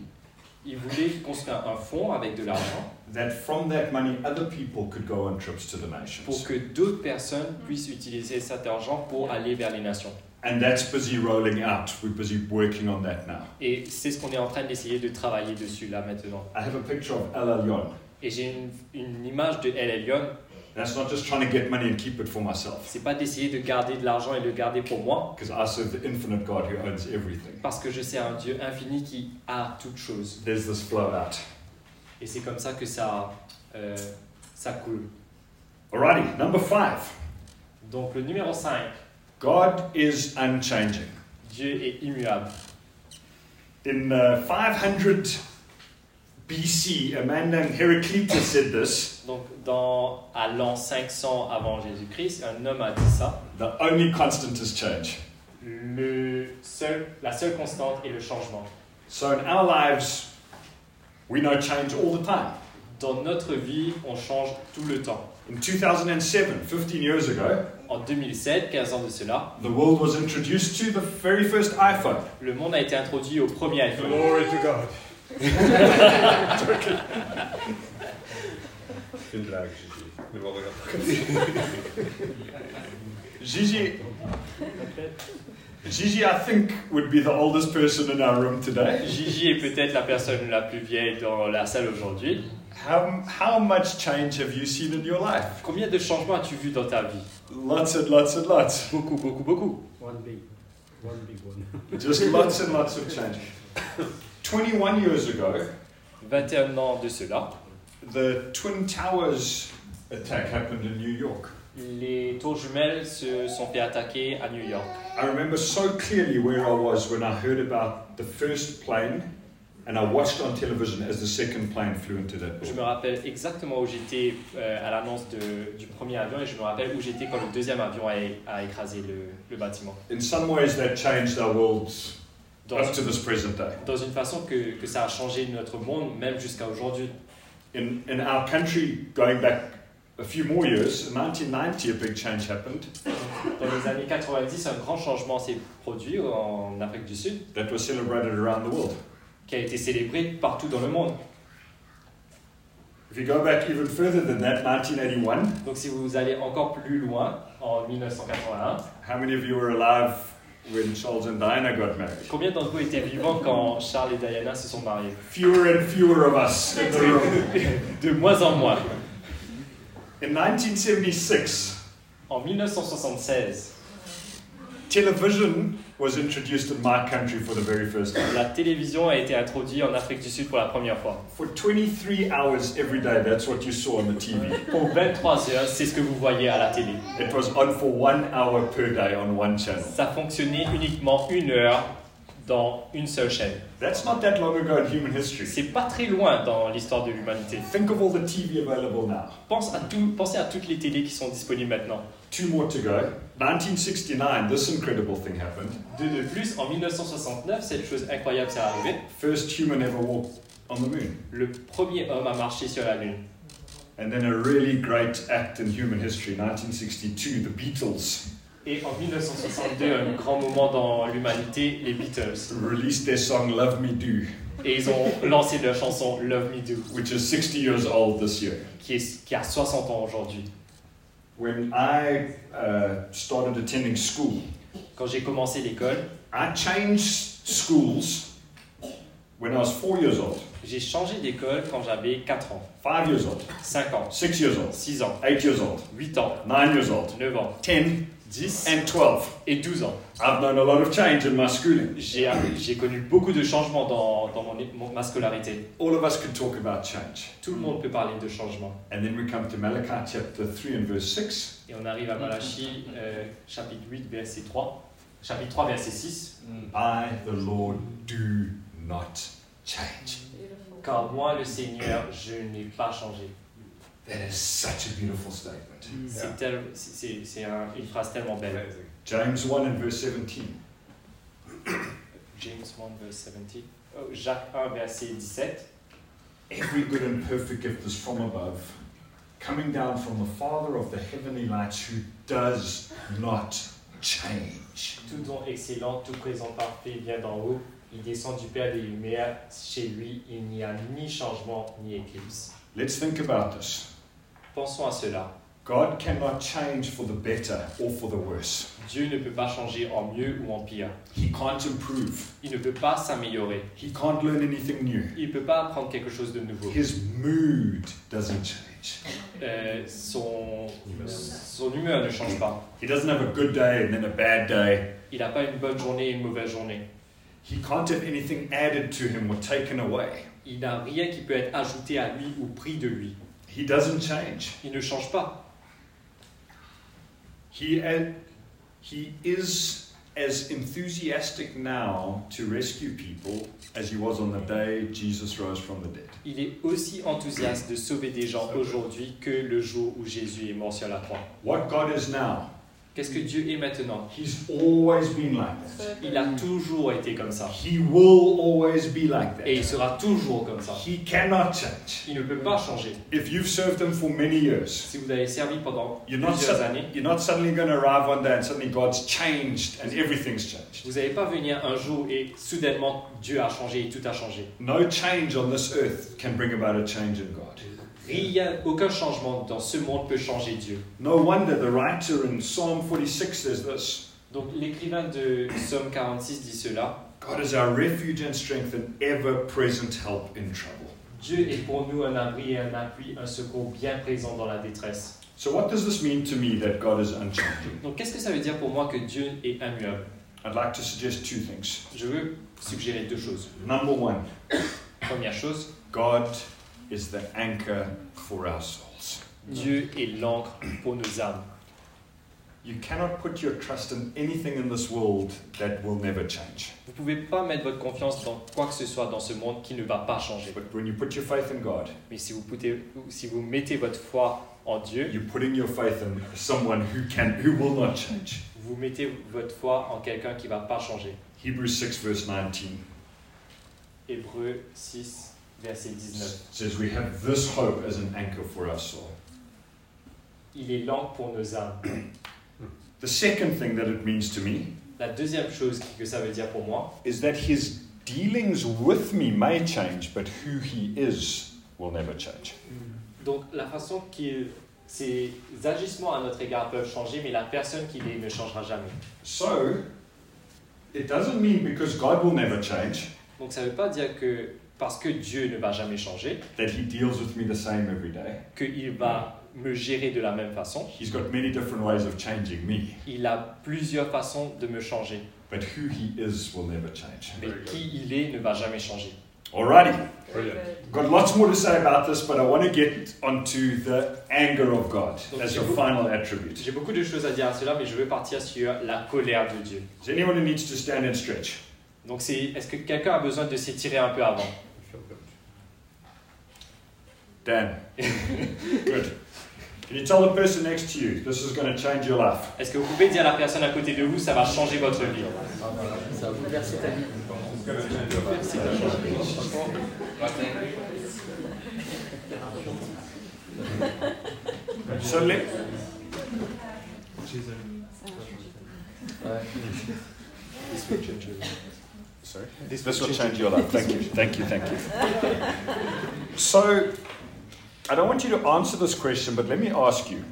B: il voulait construire un fonds avec de l'argent
E: that from that money other people could go on trips to the
B: pour
E: nations.
B: que d'autres personnes puissent utiliser cet argent pour aller vers les nations.
E: And that's busy rolling out. We're busy working on that now.
B: Et c'est ce qu'on est en train d'essayer de travailler dessus là maintenant.
E: I have a picture of El Elyon.
B: Et j'ai une, une image de El Elyon.
E: That's not just trying to get money and keep it for myself,
B: C'est pas d'essayer de garder de l'argent et de le garder pour moi,
E: because I serve the infinite God who owns everything.
B: parce que je sais un Dieu infini qui a toutes choses.
E: There's this blowout.
B: Et c'est comme ça que ça, euh, ça coule.
E: Alrighty, number five.
B: Donc le numéro 5,
E: God is unchanging.
B: Dieu est immuable.
E: In uh, 500 BC, a man named Heraclitus said this
B: Donc dans, à l'an 500 avant Jésus-Christ, un homme a dit ça.
E: the only constant is change.
B: Le seul, la seule constante est le changement.
E: So in our lives, we know change all the time.
B: Dans notre vie, on change tout le temps.
E: In 2007, 15 years ago,
B: En 2007, 15 ans de cela,
E: the world was introduced to the very first iPhone.
B: le monde a été introduit au premier iPhone.
A: Glory to God.
E: Gigi, Gigi, I think, would be the oldest person in our room today.
B: Gigi est peut-être la personne la plus vieille dans la salle aujourd'hui.
E: How, how much change have you seen in your life?
B: Combien de changements as-tu vu dans ta vie
E: Lots and lots and lots.
B: Beaucoup, beaucoup, beaucoup.
G: One big, one big one.
E: Just lots and lots of change. 21 years ago,
B: 21 ans de cela,
E: the Twin Towers attack happened in New York.
B: les tours jumelles se sont fait attaquer à New York.
E: I remember so clearly where I was when I heard about the first plane, and I watched on television as the second plane flew into that
B: Je
E: building.
B: me rappelle exactement où j'étais euh, à l'annonce de- du premier avion et je me rappelle où j'étais quand le deuxième avion a, a écrasé le, le bâtiment.
E: In some ways, that changed our worlds
B: Dans,
E: up to this present day.
B: dans une façon que, que ça a changé notre monde, même jusqu'à aujourd'hui.
E: In, in our country, going back a few more years, in 1990, a big change happened.
B: Dans les années 90, un grand changement s'est produit en Afrique du Sud
E: that was celebrated around the world.
B: qui a été célébré partout dans le monde.
E: If you go back even further than that, 1981,
B: Donc si vous allez encore plus loin, en 1981,
E: how many of you were alive when Charles and Diana got married?
B: combien d'entre vous étaient vivants quand Charles et Diana se sont mariés
E: Fewer and fewer of us in the room.
B: De moins en moins.
E: In 1976,
B: En 1976,
E: television was introduced in my country for the very first time.
B: la télévision a été introduite en Afrique du Sud pour la première fois.
E: For 23 hours every day, that's what you saw on the TV.
B: Pour 23 heures, c'est ce que vous voyez à la télé.
E: It was on for one hour per day on one channel.
B: Ça fonctionnait uniquement une heure dans une seule chaîne.
E: That's not that long ago in human history.
B: C'est pas très loin dans l'histoire de l'humanité.
E: Think of all the TV available now.
B: Pense à tout- pensez à toutes les télés qui sont disponibles maintenant.
E: Two more to go. 1969, this incredible thing happened.
B: De, de plus, en 1969, cette chose incroyable s'est arrivée.
E: First human ever walked on the moon.
B: Le premier homme a marché sur la Lune.
E: And then a really great act in human history, 1962, the Beatles
B: Et en 1962, un grand moment dans l'humanité, les Beatles.
E: released their song Love Me Do,
B: Et ils ont lancé leur chanson Love Me Do.
E: which is 60 years old this year.
B: qui, est- qui a 60 ans aujourd'hui.
E: When I uh, started attending school,
B: Quand j'ai commencé l'école,
E: I changed schools when I was four years old,
B: j'ai changé d'école quand j'avais 4 ans,
E: five years old,
B: 5 ans,
E: six years old,
B: 6 ans,
E: eight years old,
B: 8 ans,
E: nine years old,
B: 9 ans,
E: 10,
B: 10
E: and 12.
B: et 12 ans.
E: I've known a lot of change in my schooling.
B: J'ai j'ai connu beaucoup de changements dans, dans mon, mon- ma scolarité.
E: All of us could talk about change.
B: Tout le monde peut parler de changement.
E: And then we come to Malachi chapter 3 and verse 6.
B: Et on arrive à Malachie, euh, chapitre 8, verset 3. Chapitre 3, verset 6.
D: Mm.
E: I, the Lord, do not change.
C: Beautiful.
B: Car moi, le Seigneur, je n'ai pas changé.
E: That is such a beautiful statement.
B: C'est tel- c'est- c'est un- une phrase tellement belle.
A: Amazing.
E: James 1 and verse 17.
B: James 1, verset 17. Oh, Jacques 1, verset 17.
E: Every good and perfect gift is from above, coming down from the Father of the heavenly lights, who does not change.
B: Tout don excellent, tout présent parfait vient d'en haut, il descend du Père des Lumières, chez lui il n'y a ni changement ni éclipse.
E: Let's think about this.
B: Pensons à cela.
E: God cannot change for the better or for the worse.
B: Dieu ne peut pas changer en mieux ou en pire.
E: He can't improve.
B: Il ne peut pas s'améliorer.
E: He can't learn anything new.
B: Il ne peut pas apprendre quelque chose de nouveau.
E: His mood doesn't change.
B: Euh, son, son humeur ne change pas.
E: He doesn't have a good day and then a bad day.
B: Il n'a pas une bonne journée et une mauvaise journée.
E: He can't have anything added to him or taken away.
B: Il n'a rien qui peut être ajouté à lui ou pris de lui.
E: He doesn't change.
B: Il ne change pas.
E: He and he is as enthusiastic now to rescue people as he was on the day Jesus rose from the dead.
B: Il est aussi enthousiaste de sauver des gens aujourd'hui que le jour où Jésus est mort sur la croix.
E: What God is now,
B: Qu'est-ce que Dieu est maintenant
E: he's always been like that.
B: Il a toujours été comme ça.
E: He will always be like
B: Et il
E: that.
B: sera toujours comme ça.
E: He cannot change.
B: Il ne peut pas changer.
E: If you've served him for many years,
B: Si vous avez servi pendant
E: you're not,
B: plusieurs
E: sud-
B: années,
E: you're not suddenly going to arrive one day and suddenly God's changed and everything's changed.
B: vous n'allez pas venir un jour et soudainement Dieu a changé et tout a changé.
E: No change on this earth can bring about a change in God.
B: Rien, aucun changement dans ce monde peut changer Dieu.
E: No wonder the writer in Psalm 46 says this
B: Donc l'écrivain de Somme 46 dit cela.
E: God is our refuge and strength and ever present help in trouble.
B: Dieu est pour nous un abri et un appui, un secours bien présent dans la détresse.
E: So, what does this mean to me that God is unchanging?
B: Donc qu'est-ce que ça veut dire pour moi que Dieu est immuable
E: I'd like to suggest two things.
B: Je veux suggérer deux choses.
E: Number one,
B: Première chose,
E: God is the anchor for our souls.
B: Dieu est l'encre pour nos âmes.
E: You cannot put your trust in anything in this world that will never change.
B: Vous ne pouvez pas mettre votre confiance dans quoi que ce soit dans ce monde qui ne va pas changer.
E: But when you put your faith in God,
B: Mais si vous, poutez- si vous mettez votre foi en Dieu,
E: you're putting your faith in someone who can who will not change.
B: vous mettez votre foi en quelqu'un qui ne va pas changer.
E: Hebrews 6 verse 19
B: Hébreu 6, verset 19.
E: says we have this hope as an anchor for our soul.
B: Il est l'encre pour nos âmes.
E: The second thing that it means to me
B: La deuxième chose que ça veut dire pour moi,
E: is that his dealings with me may change, but who he is will never change.
B: donc la façon qu'il. Ses agissements à notre égard peuvent changer, mais la personne qu'il est ne changera jamais.
E: So it doesn't mean because God will never change
B: Donc ça ne veut pas dire que parce que Dieu ne va jamais changer,
E: that he deals with me the same every day.
B: qu'il va me gérer de la même façon.
E: He's got many different ways of changing me,
B: Il a plusieurs façons de me changer,
E: but who he is will never change.
B: mais qui il est ne va jamais changer.
E: Alrighty.
A: Brilliant.
E: Got lots more to say about this, but I want to get onto the anger of God as your final attribute.
B: J'ai beaucoup de choses à dire à cela, mais je veux partir sur la colère de Dieu.
E: Is there anyone who needs to stand and stretch?
B: Donc c'est, est-ce que quelqu'un a besoin de s'étirer un peu avant
E: Dan. Good. Can you tell the person next to you this is going to change your life?
B: Est-ce que vous pouvez dire à la personne à côté de vous, ça va changer votre vie
D: Ça va bouleverser ta vie.
E: So let, Sorry? This, will change your life. Thank you. Thank you. Thank you. So, I don't want you to answer this question, but let me ask you.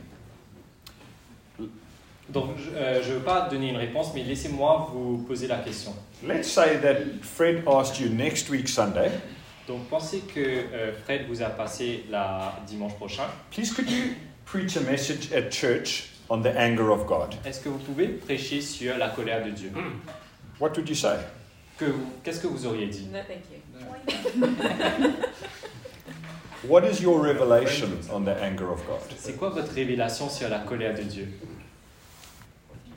B: Donc je euh, je veux pas donner une réponse, mais laissez-moi vous poser la question.
E: Let's say that Fred asked you next week, Sunday,
B: Donc pensez que euh, Fred vous a passé la dimanche prochain.
E: please could you preach a message at church on the anger of God?
B: Est-ce que vous pouvez prêcher sur la colère de Dieu
E: What would you say?
B: que vous- Qu'est-ce que vous auriez dit
C: No, thank you.
E: What is your revelation on the anger of God?
B: C'est quoi votre révélation sur la colère de Dieu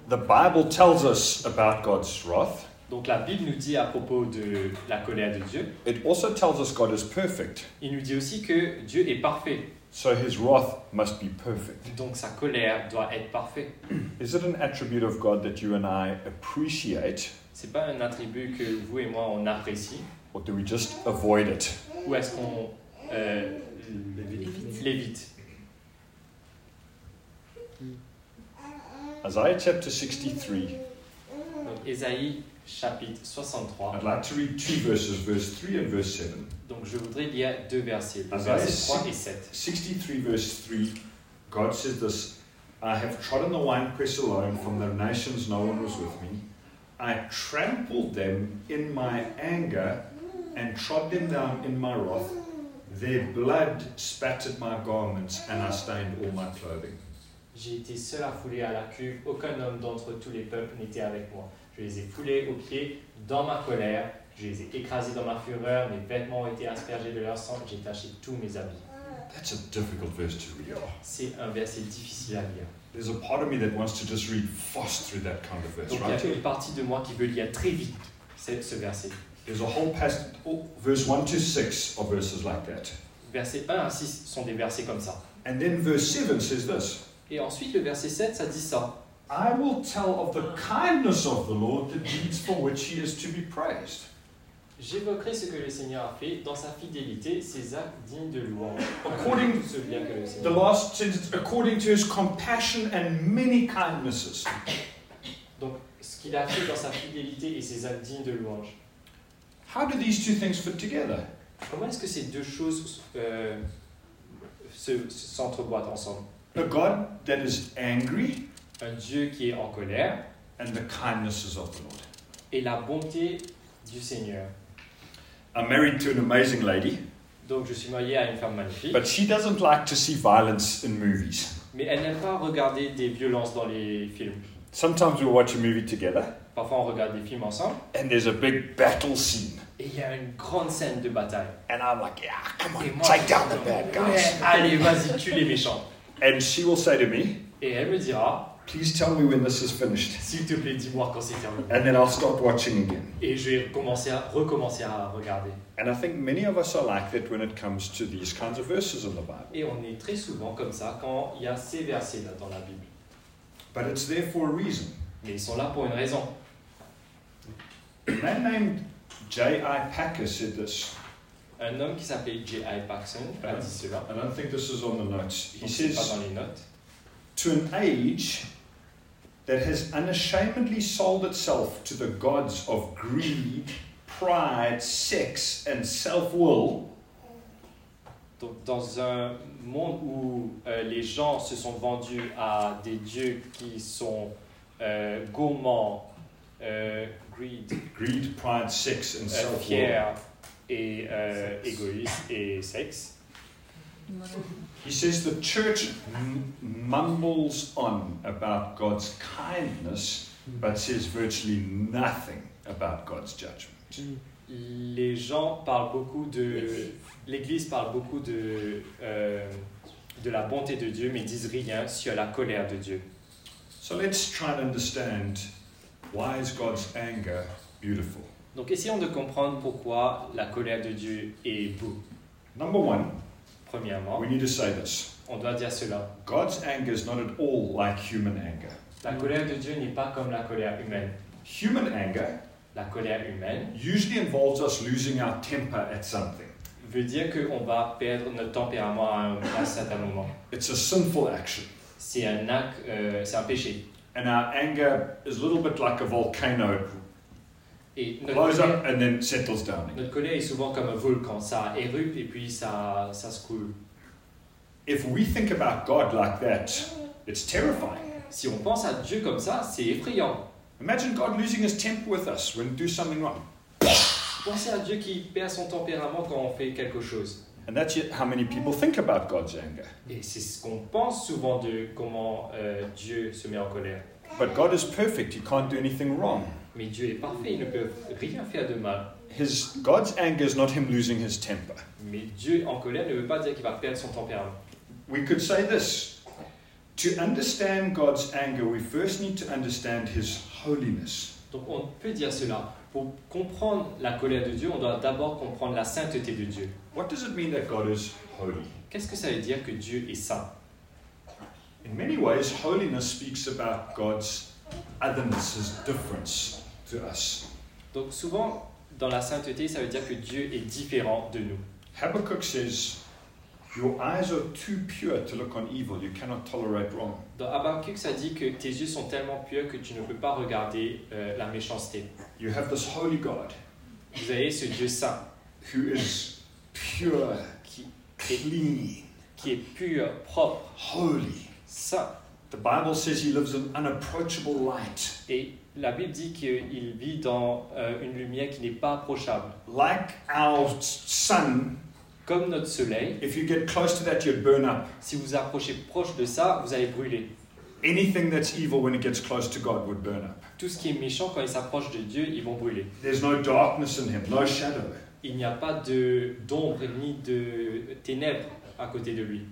E: The Bible tells us about God's wrath.
B: Donc la Bible nous dit à propos de la colère de Dieu,
E: It also tells us God is perfect,
B: il nous dit aussi que Dieu est parfait.
E: so his wrath must be perfect.
B: Donc sa colère doit être parfaite.
E: Is it an attribute of God that you and I appreciate,
B: C'est pas un attribut que vous et moi on apprécie,
E: or do we just avoid it?
B: ou est-ce qu'on euh, l'évite
E: Isaiah chapter 63,
B: Donc Ésaïe chapitre 63.
E: I'd like to read two verses, verse 3 and verse 7.
B: Donc je voudrais lire deux versets, le
E: Ah,
B: verset
E: nice.
B: 3 et 7.
E: 63, verse 3, God says this I have trodden the winepress alone from the nations, no one was with me. I trampled them in my anger and trod them down in my wrath. Their blood spattered my garments, and I stained all my clothing.
B: J'ai été seul à fouler à la cuve, aucun homme d'entre tous les peuples n'était avec moi. Je les ai foulés aux pieds dans ma colère, je les ai écrasés dans ma fureur, mes vêtements ont été aspergés de leur sang, j'ai taché tous mes habits.
E: That's a difficult verse to read.
B: C'est un verset difficile à lire.
E: There's a part of me that wants to just read fast through that kind of verse,
B: Donc il y a
E: right?
B: une partie de moi qui veut lire très vite ce, ce verset.
E: There's a whole passage, oh, verse 1 to 6 are verses like that.
B: Versets 1 à 6 sont des versets comme ça.
E: And then verse 7 says this
B: Et ensuite le verset 7, ça dit ça.
E: I will tell of the kindness of the Lord, the deeds for which he is to be praised.
B: J'évoquerai ce que le Seigneur a fait dans sa fidélité, ses actes dignes de louange.
E: According-
B: ce bien que le
E: The
B: Seigneur.
E: last sentence, according to his compassion and many kindnesses.
B: Donc, ce qu'il a fait dans sa fidélité et ses actes dignes de louange.
E: How do these two things fit together?
B: Comment est-ce que ces deux choses euh, se- se- s'entreboîtent ensemble
E: A God that is angry
B: Un Dieu qui est en colère
E: and the kindnesses of the Lord.
B: et la bonté du Seigneur.
E: I'm married to an amazing lady,
B: Donc, je suis marié à une femme magnifique,
E: but she doesn't like to see violence in movies.
B: mais elle n'aime pas regarder des violences dans les films.
E: Sometimes we'll watch a movie together
B: Parfois, on regarde des films ensemble
E: and there's a big battle scene.
B: et il y a une grande scène de bataille.
E: And I'm like, yeah, come on,
B: Et moi,
E: take
B: je
E: down the
B: suis
E: bad
B: comme,
E: guys.
B: Ouais, Allez, vas-y, tue les méchants.
E: And she will say to me,
B: Et elle me dira,
E: Please tell me when this is finished.
B: s'il te plaît, dis-moi quand c'est terminé.
E: And then I'll start watching again.
B: Et je vais commencer à, recommencer à regarder.
E: And I think many of us are like that when it comes to these kinds of verses in the Bible.
B: Et on est très souvent comme ça quand il y a ces versets-là dans la Bible.
E: But it's there for a reason.
B: Mais ils sont là pour une raison.
E: A man named J.I. Packer said this.
B: Un homme qui s'appelait J.I. Paxson a
E: Ouais.
B: dit cela.
E: I don't think this is on the notes. He
B: Donc, c'est pas
E: says,
B: dans les notes.
E: To an age that has unashamedly sold itself to the gods of greed, pride, sex, and self will.
B: Donc, dans un monde où euh, les gens se sont vendus à des dieux qui sont euh, gourmands, euh, greed,
E: Greed, pride, sex, and
B: euh,
E: self will.
B: fiers et euh, égoïstes et sexe,
E: He says the church m- mumbles on about God's kindness, but says virtually nothing about God's judgment.
B: les gens parlent beaucoup de. L'Église parle beaucoup de, euh, de la bonté de Dieu, mais disent rien sur la colère de Dieu.
E: So let's try and understand why is God's anger beautiful?
B: Donc essayons de comprendre pourquoi la colère de Dieu est beau.
E: Number one,
B: Premièrement,
E: we need to say this.
B: on doit dire cela.
E: God's anger is not at all like human anger.
B: La colère de Dieu n'est pas comme la colère humaine.
E: Human anger
B: La colère humaine
E: usually involves us losing our temper at something.
B: veut dire qu'on va perdre notre tempérament à un, à un certain moment.
E: It's a sinful action.
B: C'est un acte, euh, c'est un péché.
E: And our anger is a little bit like a volcano. It
B: Et notre
E: blows
B: colère,
E: up and then settles down again.
B: notre colère est souvent comme un volcan. Ça érupte et puis ça, ça se coule.
E: If we think about God like that, it's terrifying.
B: Si on pense à Dieu comme ça, c'est effrayant.
E: Imagine God losing his temper with us when we do something wrong.
B: Pensez à Dieu qui perd son tempérament quand on fait quelque chose.
E: And that's yet how many people think about God's anger.
B: Et c'est ce qu'on pense souvent de comment euh, Dieu se met en colère.
E: But God is perfect, he can't do anything wrong.
B: Mais Dieu est parfait, il ne peut rien faire de mal.
E: His God's anger is not him losing his temper.
B: Mais Dieu en colère ne veut pas dire qu'il va perdre son tempérament.
E: We could say this. To understand God's anger, we first need to understand his holiness.
B: Donc on peut dire cela. Pour comprendre la colère de Dieu, on doit d'abord comprendre la sainteté de Dieu.
E: What does it mean that God is holy?
B: Qu'est-ce que ça veut dire que Dieu est saint
E: In many ways, holiness speaks about God's otherness, his difference to us.
B: Donc souvent, dans la sainteté, ça veut dire que Dieu est différent de nous.
E: Habakkuk says, Your eyes are too pure to look on evil. You cannot tolerate wrong.
B: Dans Habakkuk, ça dit que tes yeux sont tellement pieux que tu ne peux pas regarder euh, la méchanceté.
E: You have this holy God
B: Vous avez ce Dieu saint
E: who is pure,
B: qui,
E: clean,
B: qui est pur, propre,
E: holy.
B: saint.
E: The Bible says he lives in unapproachable light.
B: Et la Bible dit qu'il vit dans euh, une lumière qui n'est pas approchable.
E: Like our s- sun,
B: Comme notre soleil,
E: if you get close to that, you'd burn up.
B: si vous approchez proche de ça, vous allez brûler.
E: Anything that's evil when it gets close to God would burn up.
B: Tout ce qui est méchant, quand ils s'approchent de Dieu, ils vont brûler.
E: There's no darkness in him, no shadow.
B: Il n'y a pas de d'ombre ni de ténèbres à côté de lui.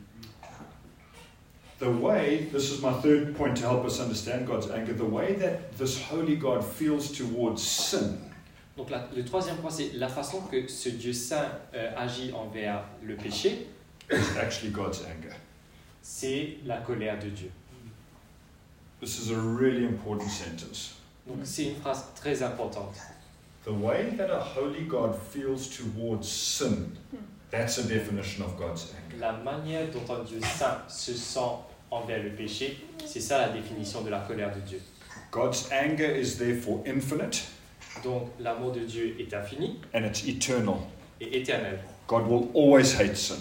E: The way, this is my third point to help us understand God's anger, the way that this holy God feels towards sin
B: Donc la- le troisième point, c'est la façon que ce Dieu saint euh, agit envers le péché,
E: is actually God's anger.
B: c'est la colère de Dieu.
E: This is a really important sentence.
B: Donc c'est une phrase très importante.
E: The way that a holy God feels towards sin, that's a definition of God's anger.
B: La manière dont un Dieu saint se sent envers le péché, c'est ça la définition de la colère de Dieu.
E: God's anger is therefore infinite
B: Donc l'amour de Dieu est infini
E: and it's eternal.
B: et éternel.
E: God will always hate sin.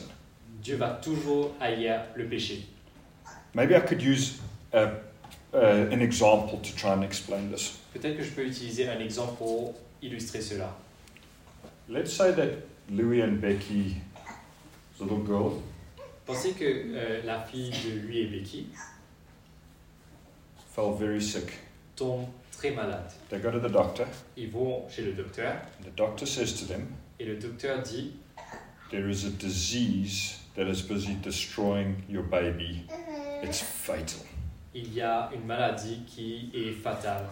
B: Dieu va toujours haïr le péché.
E: Maybe I could use a, uh, an example to try and explain this.
B: Peut-être que je peux utiliser un exemple pour illustrer cela.
E: Let's say that Louis and Becky, little girl,
B: Pensez que euh, la fille de lui et Becky
E: fell very sick.
B: tombe très malade.
E: They go to the doctor,
B: Ils vont chez le docteur
E: and the doctor says to them,
B: et le docteur dit
E: There is a disease that is busy destroying your baby. It's fatal.
B: il y a une maladie qui est fatale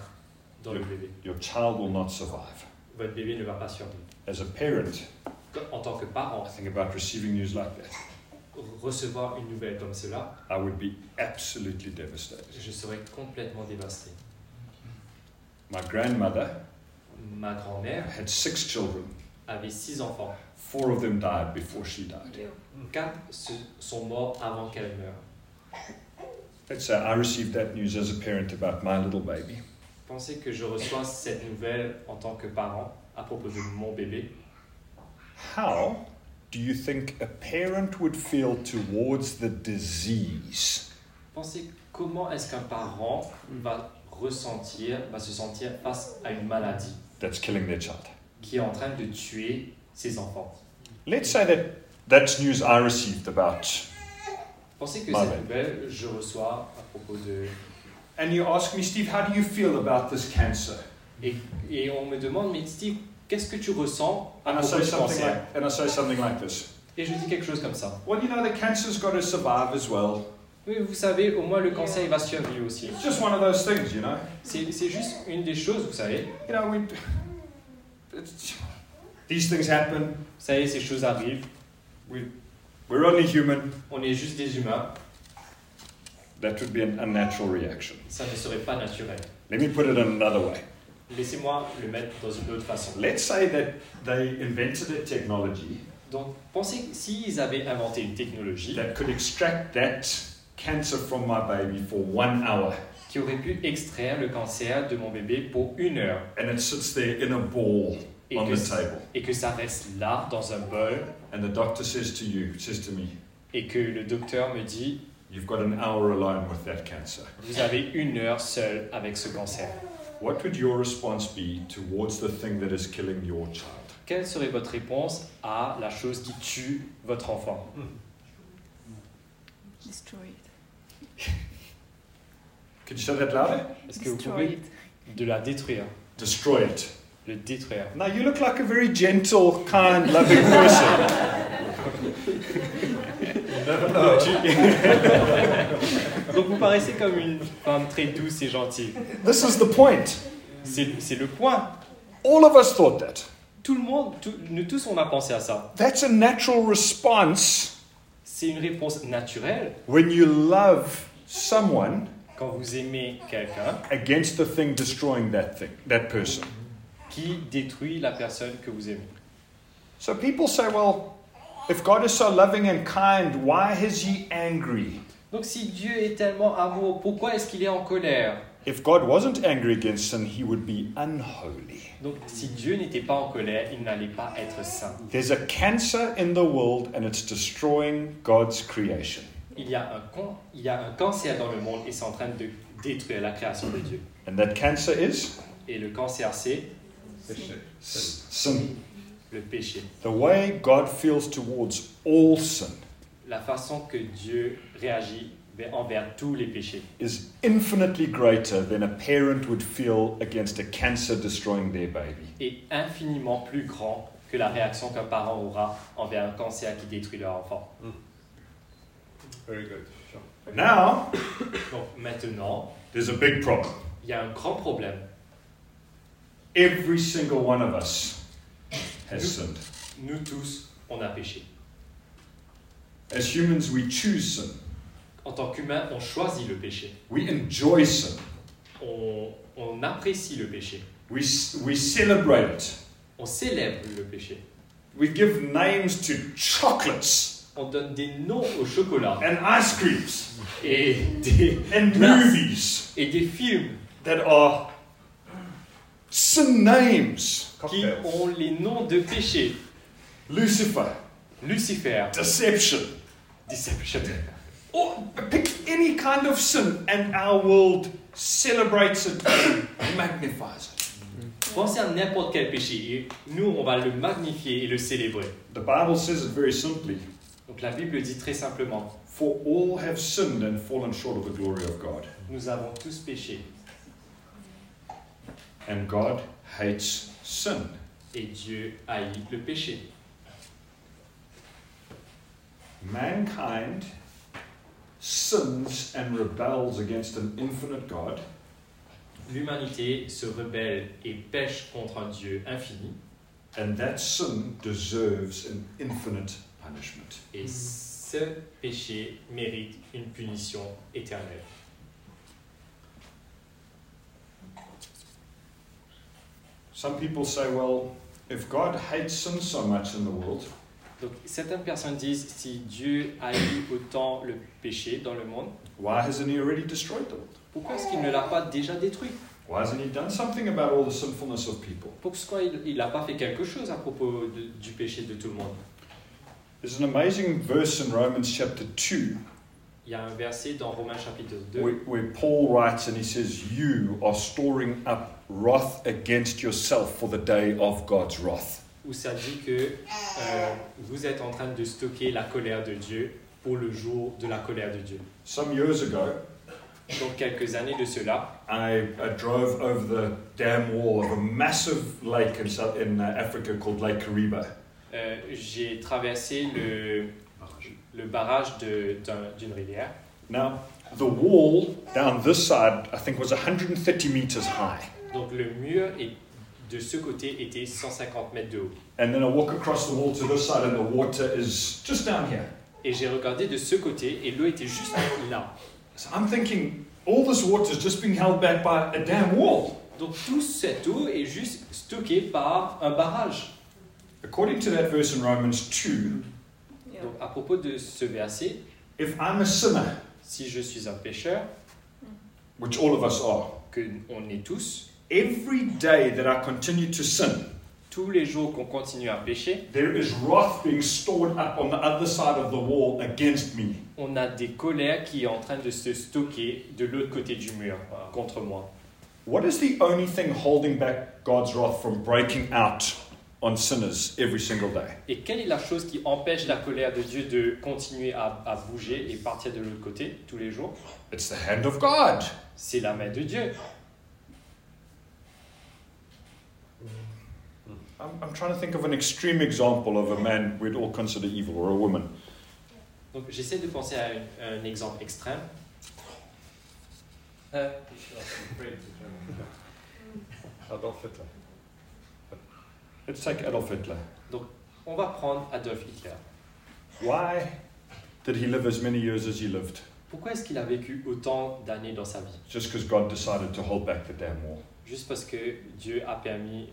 B: dans le bébé.
E: Your child will not survive.
B: Votre bébé ne va pas survivre.
E: As a parent,
B: En tant que
E: I
B: parent,
E: think about receiving news like that.
B: recevoir une nouvelle comme cela,
E: I would be absolutely devastated.
B: je serais complètement dévasté.
E: My grandmother
B: Ma grand-mère
E: had six children.
B: avait six enfants.
E: Four of them died before she died.
C: Yo.
B: Quatre se- sont morts avant qu'elle meure.
E: Let's say I received that news as a parent about my little baby.
B: Pensez que je reçois cette nouvelle en tant que parent à propos de mon bébé.
E: How do you think a parent would feel towards the disease?
B: Pensez comment est-ce qu'un parent va ressentir, va se sentir face à une maladie
E: That's killing their child.
B: qui est en train de tuer ses enfants.
E: Let's say that that's news I received about.
B: Pensez que
E: Bah ouais.
B: cette nouvelle, je reçois à propos de...
E: And you ask me, Steve, how do you feel about this cancer?
B: Et, et on me demande, mais Steve, qu'est-ce que tu ressens à
E: And I
B: propos
E: say
B: du
E: something
B: cancer
E: like, and I say something like this.
B: Et je dis quelque chose comme ça.
E: Well, you know, the cancer's got to survive as well.
B: Oui, vous savez, au moins le cancer, il va survivre aussi.
E: It's just one of those things, you know.
B: C'est c'est juste une des choses, vous savez.
E: You know, we. It's, these things happen.
B: Vous savez, ces choses arrivent.
E: We're only human.
B: On est juste des humains.
E: That would be an unnatural reaction.
B: Ça ne serait pas naturel.
E: Let me put it another way.
B: Laissez-moi le mettre dans une autre façon.
E: Let's say that they invented a technology
B: Donc, pensez que s'ils avaient inventé une technologie
E: that could extract that cancer from my baby for one hour,
B: qui aurait pu extraire le cancer de mon bébé pour une heure
E: and it sits there in a ball
B: et
E: on the
B: que,
E: table,
B: et que ça reste là, dans un bol,
E: and the doctor says to you, says to me,
B: et que le docteur me dit
E: "You've got an hour alone with that cancer."
B: Vous avez une heure seule avec ce cancer.
E: What would your response be towards the thing that is killing your child?
B: Quelle serait votre réponse à la chose qui tue votre enfant
C: Destroy it.
E: Could you say that louder?
B: Est-ce que vous
C: Destroy
B: pouvez
C: it.
B: de la détruire
E: Destroy it.
B: Le détruire.
E: Now you look like a very gentle, kind, loving person. Would you-
B: Donc vous paraissez comme une femme très douce et gentille.
E: this is the point.
B: C'est c'est le point.
E: All of us thought that.
B: Tout le monde, tout- nous tous, on a pensé à ça.
E: That's a natural response
B: C'est une réponse naturelle
E: when you love someone
B: quand vous aimez quelqu'un
E: against the thing destroying that thing, that person.
B: qui détruit la personne que vous aimez.
E: So people say, well, If God is so loving and kind, why is he angry?
B: Donc si Dieu est tellement amour, pourquoi est-ce qu'il est en colère
E: If God wasn't angry against sin, he would be unholy.
B: Donc si Dieu n'était pas en colère, il n'allait pas être saint.
E: There's a cancer in the world and it's destroying God's creation.
B: Il y a un, con- il y a un cancer dans le monde et c'est en train de détruire la création de Dieu.
E: And that cancer is
B: Et le cancer, c'est
E: s- sin.
B: le péché.
E: The way God feels towards all sin
B: La façon que Dieu réagit vers- envers tous les péchés
E: is infinitely greater than a parent would feel against a cancer destroying their baby.
B: est infiniment plus grand que la réaction qu'un parent aura envers un cancer qui détruit leur enfant.
A: Very good. Sure.
E: Now,
B: Donc maintenant,
E: there's a big problem.
B: il y a un grand problème.
E: Every single one of us has sinned.
B: Nous tous, on a péché.
E: As humans, we choose sin.
B: En tant qu'humain, on choisit le péché.
E: We enjoy sin.
B: On, on apprécie le péché.
E: We, we celebrate it.
B: On célèbre le péché.
E: We give names to chocolates
B: On donne des noms au chocolat
E: and ice creams
B: et des,
E: and
B: Yes.
E: movies
B: et des films
E: that are sin names.
B: qui
A: Cocktails.
B: ont les noms de péché.
E: Lucifer,
B: Lucifer,
E: deception.
B: Deception.
E: Or pick any kind of sin, and our world celebrates it and magnifies it.
B: Pensez à n'importe quel péché et nous, on va le magnifier et le célébrer.
E: The Bible says it very simply
B: Donc la Bible dit très simplement,
E: For all have sinned and fallen short of the glory of God.
B: nous avons tous péché
E: And God hates sin.
B: et Dieu haït le péché.
E: Mankind sins and rebels against an infinite God.
B: L'humanité se rebelle et pêche contre un Dieu infini
E: And that sin deserves an infinite punishment.
B: et ce péché mérite une punition éternelle.
E: Some people say, well, if God hates sin so much in the world,
B: Donc certaines personnes disent, si Dieu haït autant le péché dans le monde,
E: why hasn't he already destroyed the world?
B: pourquoi est-ce qu'il ne l'a pas déjà détruit
E: Why hasn't he done something about all the sinfulness of people?
B: Pourquoi il n'a pas fait quelque chose à propos de- du péché de tout le monde
E: There's an amazing verse in Romans chapter 2
B: Il y a un verset dans Romains chapitre 2
E: where, where Paul writes and he says, You are storing up wrath against yourself for the day of God's wrath.
B: où ça dit que euh, vous êtes en train de stocker la colère de Dieu pour le jour de la colère de Dieu.
E: Some years ago,
B: Donc quelques années de cela,
E: I, I drove over the dam wall of a massive lake in, South, in uh, Africa called Lake Kariba.
B: euh, j'ai traversé le, le barrage de- d'un- d'une rivière.
E: Now, the wall down this side, I think, was 130 meters high.
B: Donc le mur est- de ce côté était 150 mètres de haut.
E: And then I walk across the wall to this side, and the water is just down here.
B: Et j'ai regardé de ce côté et l'eau était juste là.
E: So I'm thinking, all this water is just being held back by a damn wall.
B: Donc toute cette eau est juste stockée par un barrage.
E: According to that verse in Romans 2,
C: Yeah.
B: Donc à propos de ce verset,
E: if I'm a sinner,
B: si je suis un pécheur,
E: which all of us are,
B: que on est tous,
E: every day that I continue to sin,
B: tous les jours qu'on continue à pécher,
E: there is wrath being stored up on the other side of the wall against me.
B: on a des colères qui est en train de se stocker de l'autre côté du mur euh, contre moi.
E: What is the only thing holding back God's wrath from breaking out on sinners every single day?
B: Et quelle est la chose qui empêche la colère de Dieu de continuer à, à bouger et partir de l'autre côté tous les jours
E: It's the hand of God.
B: C'est la main de Dieu.
E: I'm, I'm trying to think of an extreme example of a man we'd all consider evil or a woman.
B: Donc j'essaie de penser à un, à un exemple extrême. Euh,
A: Adolf Hitler.
E: Let's take Adolf Hitler.
B: on va prendre Adolf Hitler.
E: Why did he live as many years as he lived?
B: Pourquoi est-ce qu'il a vécu autant d'années dans sa vie
E: Just because God decided to hold back the damn wall.
B: Juste parce que Dieu a permis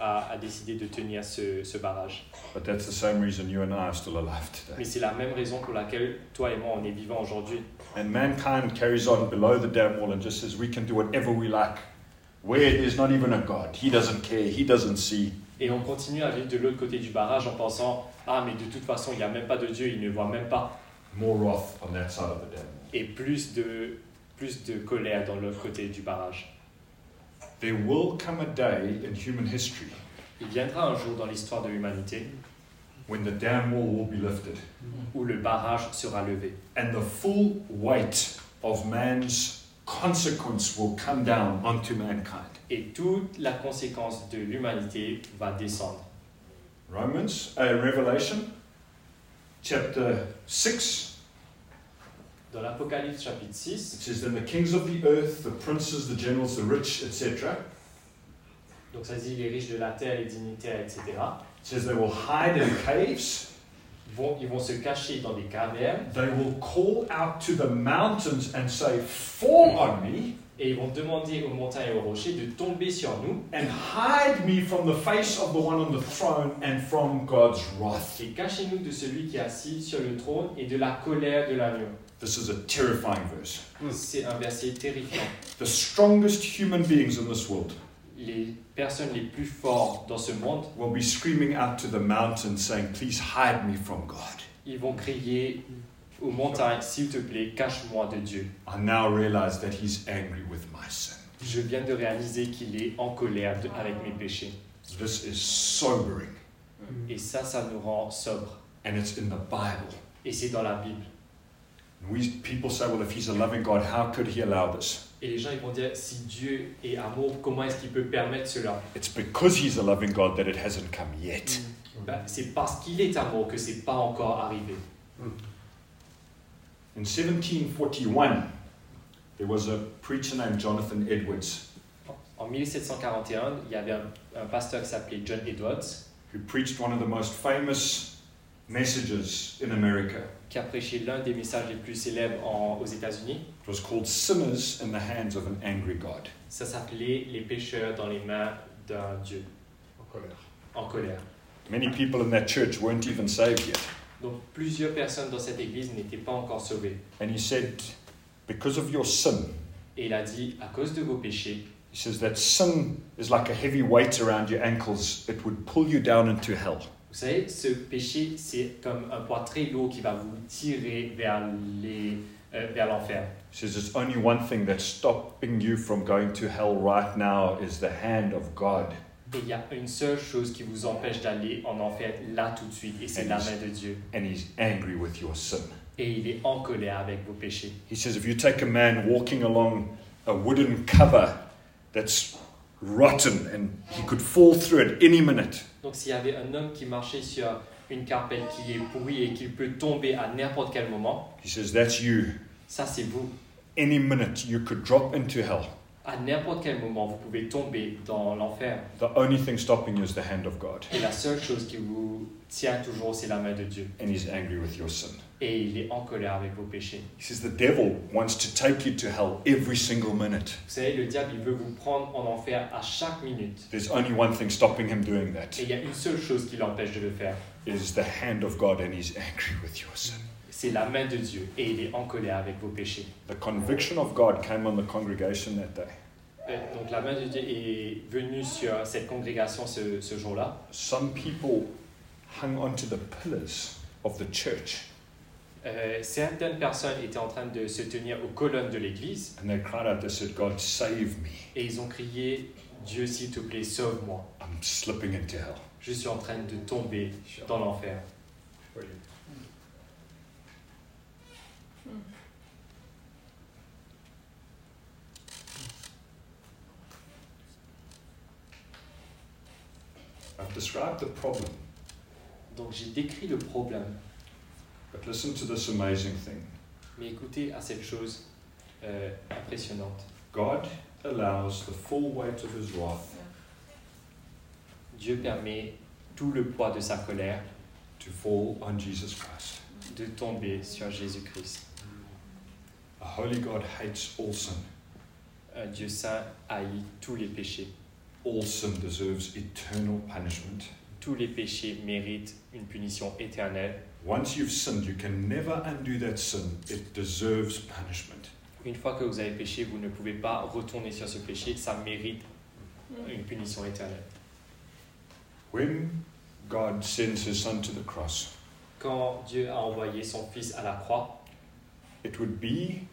B: a, a décidé de tenir ce, ce barrage.
E: But that's the same reason you and I are still alive
B: Mais
E: today.
B: c'est la même raison pour laquelle toi et moi, on est vivants aujourd'hui.
E: And mankind carries on below the dam wall and just says, we can do whatever we like. Where there's not even a God. He doesn't care. He doesn't see.
B: Et on continue à vivre de l'autre côté du barrage en pensant Ah, mais de toute façon, il n'y a même pas de Dieu, il ne voit même pas.
E: More wrath on that side of the dam wall.
B: Et plus de, plus de colère dans l'autre côté du barrage.
E: There will come a day in human history
B: Il viendra un jour dans l'histoire de l'humanité
E: when the dam wall will be lifted
B: où le barrage sera levé
E: and the full weight of man's consequence will come down onto mankind.
B: et toute la conséquence de l'humanité va descendre.
E: Romans, uh, Revelation, chapter 6,
B: Dans l'Apocalypse chapitre
E: it
B: 6,
E: says, Then the kings of the earth, the princes, the generals, the rich, etc.,
B: donc ça dit les riches de la terre, les dignitaires, etc.,
E: it says they will hide in caves,
B: vont, ils vont se cacher dans des cavernes
E: they will call out to the mountains and say, Fall on me,
B: et ils vont demander aux montagnes et aux rochers de tomber sur nous
E: and hide me from the face of the one on the throne and from God's wrath.
B: et cachez-nous de celui qui est assis sur le trône et de la colère de l'agneau.
E: This is a terrifying verse.
B: C'est un verset terrifiant.
E: The strongest human beings in this world
B: Les personnes les plus fortes dans ce monde,
E: will be screaming out to the mountains, saying, Please hide me from God.
B: ils vont crier aux montagnes, s'il te plaît, cache-moi de Dieu.
E: I now realize that he's angry with my sin.
B: Je viens de réaliser qu'il est en colère de- avec mes péchés.
E: This is sobering,
B: Et ça, ça nous rend sobre.
E: and it's in the Bible.
B: Et c'est dans la Bible.
E: And we people say, well, if he's a loving God, how could he allow this?
B: Et les gens, ils vont dire, si Dieu est amour, comment est-ce qu'il peut permettre cela
E: It's because he's a loving God that it hasn't come yet.
B: Ben, C'est parce qu'il est amour que c'est pas encore arrivé.
E: In 1741, there was a preacher named Jonathan Edwards
B: En 1741, il y avait un, un pasteur qui s'appelait John Edwards
E: who preached one of the most famous messages in America.
B: qui a prêché l'un des messages les plus célèbres en- aux États-Unis.
E: It was called Sinners in the Hands of an Angry God.
B: Ça s'appelait Les pécheurs dans les mains d'un Dieu en colère.
E: Many people in that church weren't even saved yet.
B: Donc plusieurs personnes dans cette église n'étaient pas encore sauvées.
E: And he said, because of your sin,
B: Et il a dit, à cause de vos péchés,
E: He says that sin is like a heavy weight around your ankles. It would pull you down into hell.
B: Vous savez, ce péché, c'est comme un poids très lourd qui va vous tirer vers les euh, vers l'enfer.
E: He says there's only one thing that's stopping you from going to hell right now is the hand of God.
B: Et il y a une seule chose qui vous empêche d'aller en enfer là tout de suite, et c'est
E: Et
B: la
E: il-
B: main de Dieu.
E: And he's angry with your sin.
B: Et il est en colère avec vos péchés.
E: He says if you take a man walking along a wooden cover that's rotten and he could fall through it any minute,
B: Donc s'il y avait un homme qui marchait sur une carpelle qui est pourrie et qui peut tomber à n'importe quel moment,
E: he says that's you.
B: ça c'est vous.
E: Any minute you could drop into hell.
B: À n'importe quel moment, vous pouvez tomber dans l'enfer.
E: The only thing stopping you is the hand of God.
B: Et la seule chose qui vous tient toujours, c'est la main de Dieu.
E: And he's angry with your sin.
B: Et il est en colère avec vos péchés.
E: He says the devil wants to take you to hell every single minute.
B: Vous savez, le diable, il veut vous prendre en enfer à chaque minute.
E: There's only one thing stopping him doing that
B: Et il y a une seule chose qui l'empêche de le faire.
E: is the hand of God, and he's angry with your sin.
B: C'est la main de Dieu. Et il est en colère avec vos péchés.
E: The conviction of God came on the congregation that day.
B: Euh, Donc la main de Dieu est venue sur cette congrégation ce, ce jour-là.
E: Some people hung onto the pillars of the church
B: Euh, certaines personnes étaient en train de se tenir aux colonnes de l'église.
E: and they cried out, They said, God, save me.
B: Et ils ont crié, Dieu, s'il te plaît, sauve-moi.
E: I'm slipping into hell.
B: Je suis en train de tomber dans l'enfer.
C: Hmm.
E: I've described the problem,
B: Donc j'ai décrit le problème.
E: but listen to this amazing thing
B: Mais écoutez à cette chose euh, impressionnante.
E: God allows the full weight of his wrath
B: Dieu permet tout le poids de sa colère
E: to fall on Jesus Christ.
B: de tomber sur Jésus-Christ.
E: A holy God hates all sin.
B: Un Dieu saint haït tous les péchés.
E: All sin deserves eternal punishment.
B: Tous les péchés méritent une punition éternelle.
E: Once you've sinned, you can never undo that sin. It deserves punishment.
B: Une fois que vous avez péché, vous ne pouvez pas retourner sur ce péché. Ça mérite une punition éternelle.
E: When God sends his son to the cross,
B: Quand Dieu a envoyé son Fils à la croix,
E: it would be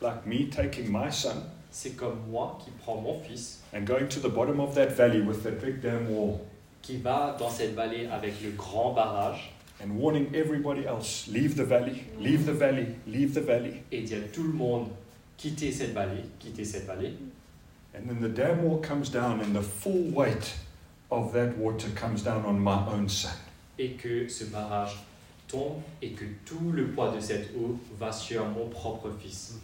E: like me taking my son
B: c'est comme moi qui prends mon Fils,
E: and going to the bottom of that valley with that big damn wall
B: qui va dans cette vallée avec le grand barrage
E: and warning everybody else leave the valley, leave the valley, leave the valley.
B: et dire à tout le monde quittez cette vallée, quittez cette vallée.
E: And then the dam wall comes down, and the full weight of that water comes down on my own son.
B: et que ce barrage tombe et que tout le poids de cette eau va sur mon propre fils.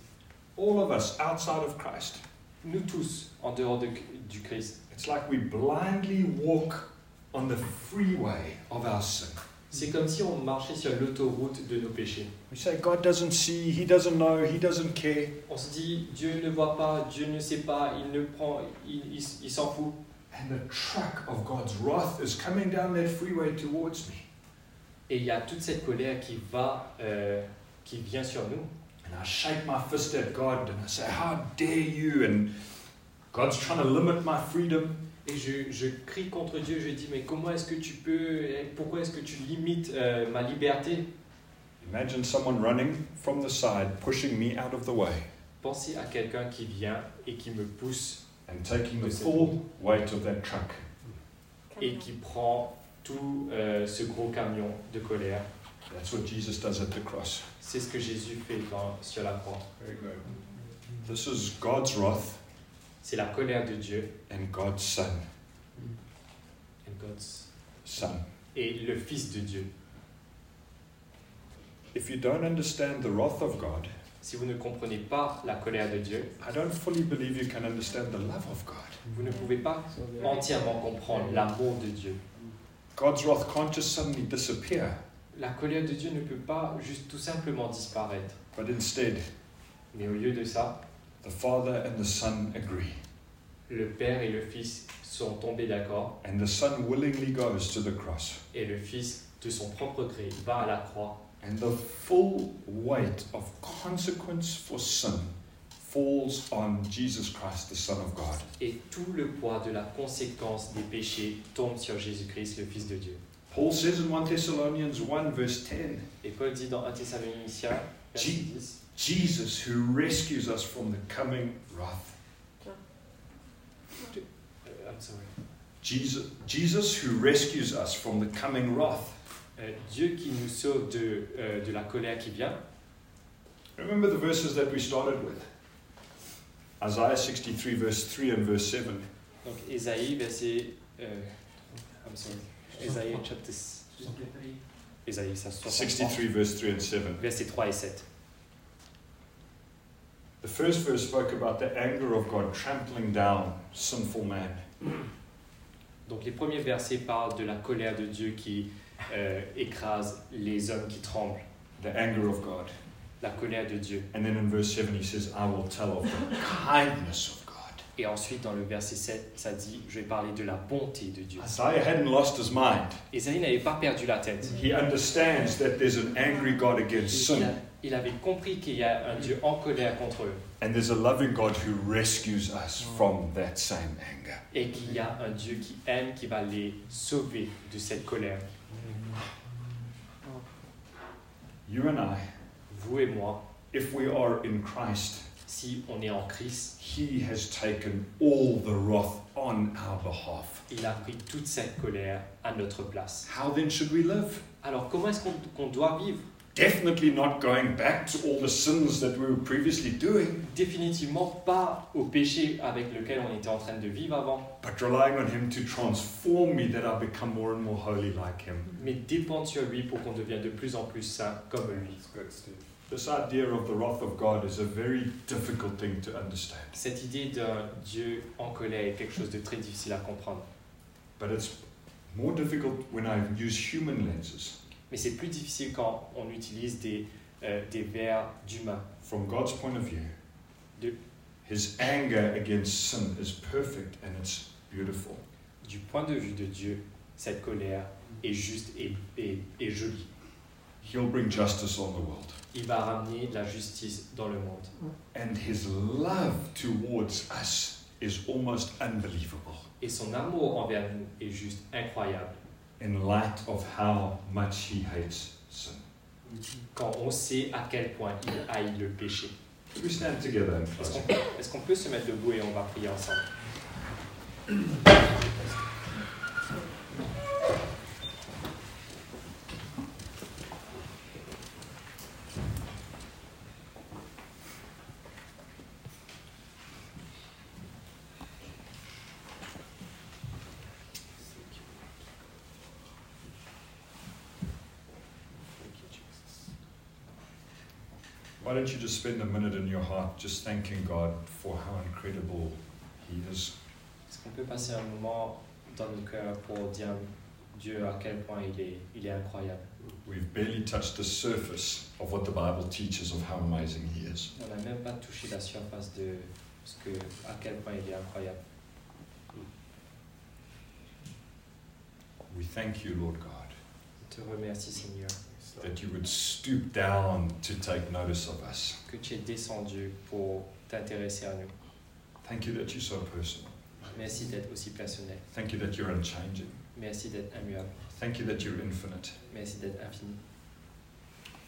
E: All of us outside of Christ.
B: Nous tous, en dehors de- du Christ,
E: It's like we blindly walk on the freeway of our sin.
B: c'est comme si on marchait sur l'autoroute de nos péchés.
E: We say, God doesn't see, He doesn't know, He doesn't care.
B: On se dit, Dieu ne voit pas, Dieu ne sait pas, il ne prend, il, il, il s'en fout.
E: And the truck of God's wrath is coming down that freeway towards me.
B: Et il y a toute cette colère qui va, euh, qui vient sur nous.
E: And I shake my fist at God and I say, How dare you? And God's trying to limit my freedom.
B: Et je, je crie contre Dieu, je dis, mais comment est-ce que tu peux, pourquoi est-ce que tu limites euh, ma liberté
E: Imagine someone running from the side, pushing me out of the way.
B: Pensez à quelqu'un qui vient et qui me pousse
E: and taking the
B: Yes, it
E: full weight of that truck.
B: et qui prend tout euh, ce gros camion de colère.
E: That's what Jesus does at the cross.
B: C'est ce que Jésus fait dans- sur la croix.
A: Very good.
E: This is God's wrath
B: C'est la colère de Dieu
E: and God's Son.
B: and God's-
E: Son.
B: et le Fils de Dieu.
E: If you don't understand the wrath of God,
B: Si vous ne comprenez pas la colère de Dieu,
E: I don't fully believe you can understand the love of God.
B: vous ne pouvez pas entièrement comprendre l'amour de Dieu.
E: God's wrath can't just suddenly disappear,
B: La colère de Dieu ne peut pas juste tout simplement disparaître.
E: but instead,
B: Mais au lieu de ça,
E: the Father and the Son agree.
B: le Père et le Fils sont tombés d'accord
E: And the Son willingly goes to the cross.
B: et le Fils, de son propre gré, va à la croix
E: And the full weight of consequence for sin falls on Jesus Christ, the Son of God.
B: et tout le poids de la conséquence des péchés tombe sur Jésus-Christ, le Fils de Dieu.
E: Paul says in 1 Thessalonians 1, verse 10,
B: Et Paul dit dans 1 Thessaloniciens, verset
E: Ji-
B: 10,
E: Jesus who rescues us from the coming wrath.
B: euh, I'm sorry.
E: Jesus, Jesus who rescues us from the coming wrath.
B: Euh, Dieu qui nous sauve de, euh, de la colère qui vient.
E: Remember the verses that we started with Isaiah 63, verse 3 and verse 7.
B: Donc Ésaïe, verset... euh, I'm sorry. Ésaïe, chapitre... Ésaïe, ça se
E: 63, verse 3 and 7.
B: Verset 3 et 7.
E: The first verse spoke about the anger of God trampling down sinful man.
B: Donc les premiers versets parlent de la colère de Dieu qui euh, écrase les hommes qui tremblent.
E: The anger of God.
B: La colère de Dieu.
E: And then in verse 7, he says, I will tell of the kindness of God.
B: Et ensuite, dans le verset 7, ça dit, je vais parler de la bonté de Dieu.
E: Isaiah hadn't lost his mind.
B: Ésaïe n'avait pas perdu la tête.
E: He understands that there's an angry God against
B: Il, a-
E: sin,
B: il avait compris qu'il y a un Dieu en colère contre eux
E: and there's a loving God who rescues us from that same anger.
B: et qu'il y a un Dieu qui aime, qui va les sauver de cette colère.
E: You and I,
B: Vous et moi,
E: if we are in Christ,
B: si on est en Christ,
E: He has taken all the wrath on our behalf.
B: il a pris toute cette colère à notre place.
E: How then should we live?
B: Alors comment est-ce qu'on qu'on doit vivre
E: Definitely not going back to all the sins that we were previously doing,
B: Définitivement pas au péché avec lequel on était en train de vivre avant,
E: but relying on Him to transform me that I become more and more holy like Him.
B: mais dépendre sur lui pour qu'on devienne de plus en plus saint comme lui.
A: That's good, Steve.
E: This idea of the wrath of God is a very difficult thing to understand,
B: Cette idée d'un Dieu en colère est quelque chose de très difficile à comprendre.
E: but it's more difficult when I use human lenses.
B: Mais c'est plus difficile quand on utilise des, euh, des vers d'humains.
E: From God's point of view,
B: Do-
E: his anger against sin is perfect and it's beautiful.
B: Du point de vue de Dieu, cette colère est juste et, et- et jolie.
E: He'll bring justice on the world.
B: Il va ramener de la justice dans le monde.
E: And his love towards us is almost unbelievable
B: Et son amour envers nous est juste incroyable.
E: in light of how much he hates sin.
B: Quand on sait à quel point il haït le péché.
E: We stand together and
B: Est-ce
E: close.
B: qu'on est-ce qu'on peut se mettre debout et on va prier ensemble
E: Why don't you just spend a minute in your heart just thanking God for how incredible he is?
B: Est-ce qu'on peut passer un moment dans le cœur pour dire Dieu à quel point il est, il est incroyable
E: We've barely touched the surface of what the Bible teaches of how amazing he is.
B: On n'a même pas touché la surface de ce que, à quel point il est incroyable.
E: We thank you, Lord God,
B: Je te remercie Seigneur
E: that you would stoop down to take notice of us.
B: que tu es descendu pour t'intéresser à nous.
E: Thank you that you're so personal.
B: Merci d'être aussi personnel.
E: Thank you that you're unchanging.
B: Merci d'être immuable.
E: Thank you that you're infinite.
B: Merci d'être infini.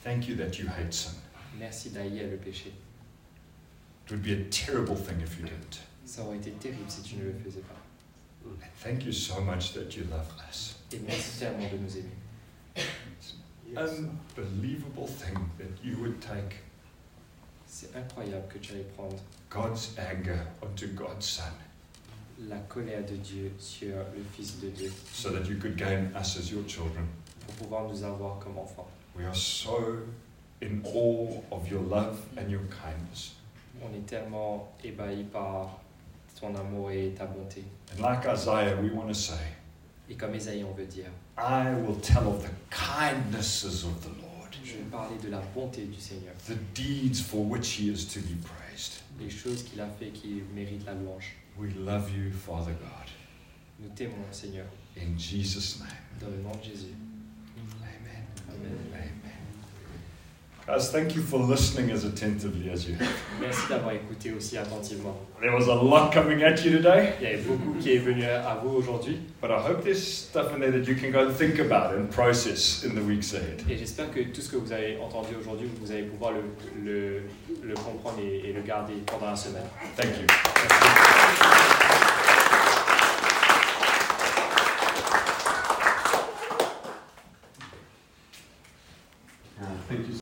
E: Thank you that you hate sin.
B: Merci d'haïr le péché.
E: It would be a terrible thing if you didn't.
B: Ça aurait été terrible si tu ne le faisais pas.
E: And thank you so much that you love us.
B: Et merci tellement de nous aimer.
E: Unbelievable thing that you would take
B: C'est incroyable que tu allais prendre
E: God's anger onto God's Son
B: la colère de Dieu sur le Fils de Dieu
E: so that you could gain us as your children.
B: pour pouvoir nous avoir comme enfants.
E: We are so in awe of your love and your kindness.
B: On est tellement ébahi par ton amour et ta bonté.
E: And like Isaiah, we want to say,
B: Et comme Esaïe, on veut dire,
E: I will tell of the kindnesses of the Lord,
B: je vais parler de la bonté du Seigneur,
E: the deeds for which he is to be praised.
B: les choses qu'il a fait qui méritent la louange.
E: We love you, Father God.
B: Nous t'aimons, Seigneur,
E: In Jesus' name.
B: dans le nom de Jésus.
E: Amen.
B: Amen.
E: Amen. Guys, thank you for listening as attentively as you have.
B: Merci d'avoir écouté aussi attentivement.
E: There was a lot coming at you today,
B: Il y avait beaucoup qui est venu à vous aujourd'hui
E: but I hope there's stuff in there that you can go and think about and process in the weeks ahead.
B: et j'espère que tout ce que vous avez entendu aujourd'hui, vous allez pouvoir le, le, le comprendre et, et le garder pendant la semaine.
E: Thank you.
B: Merci.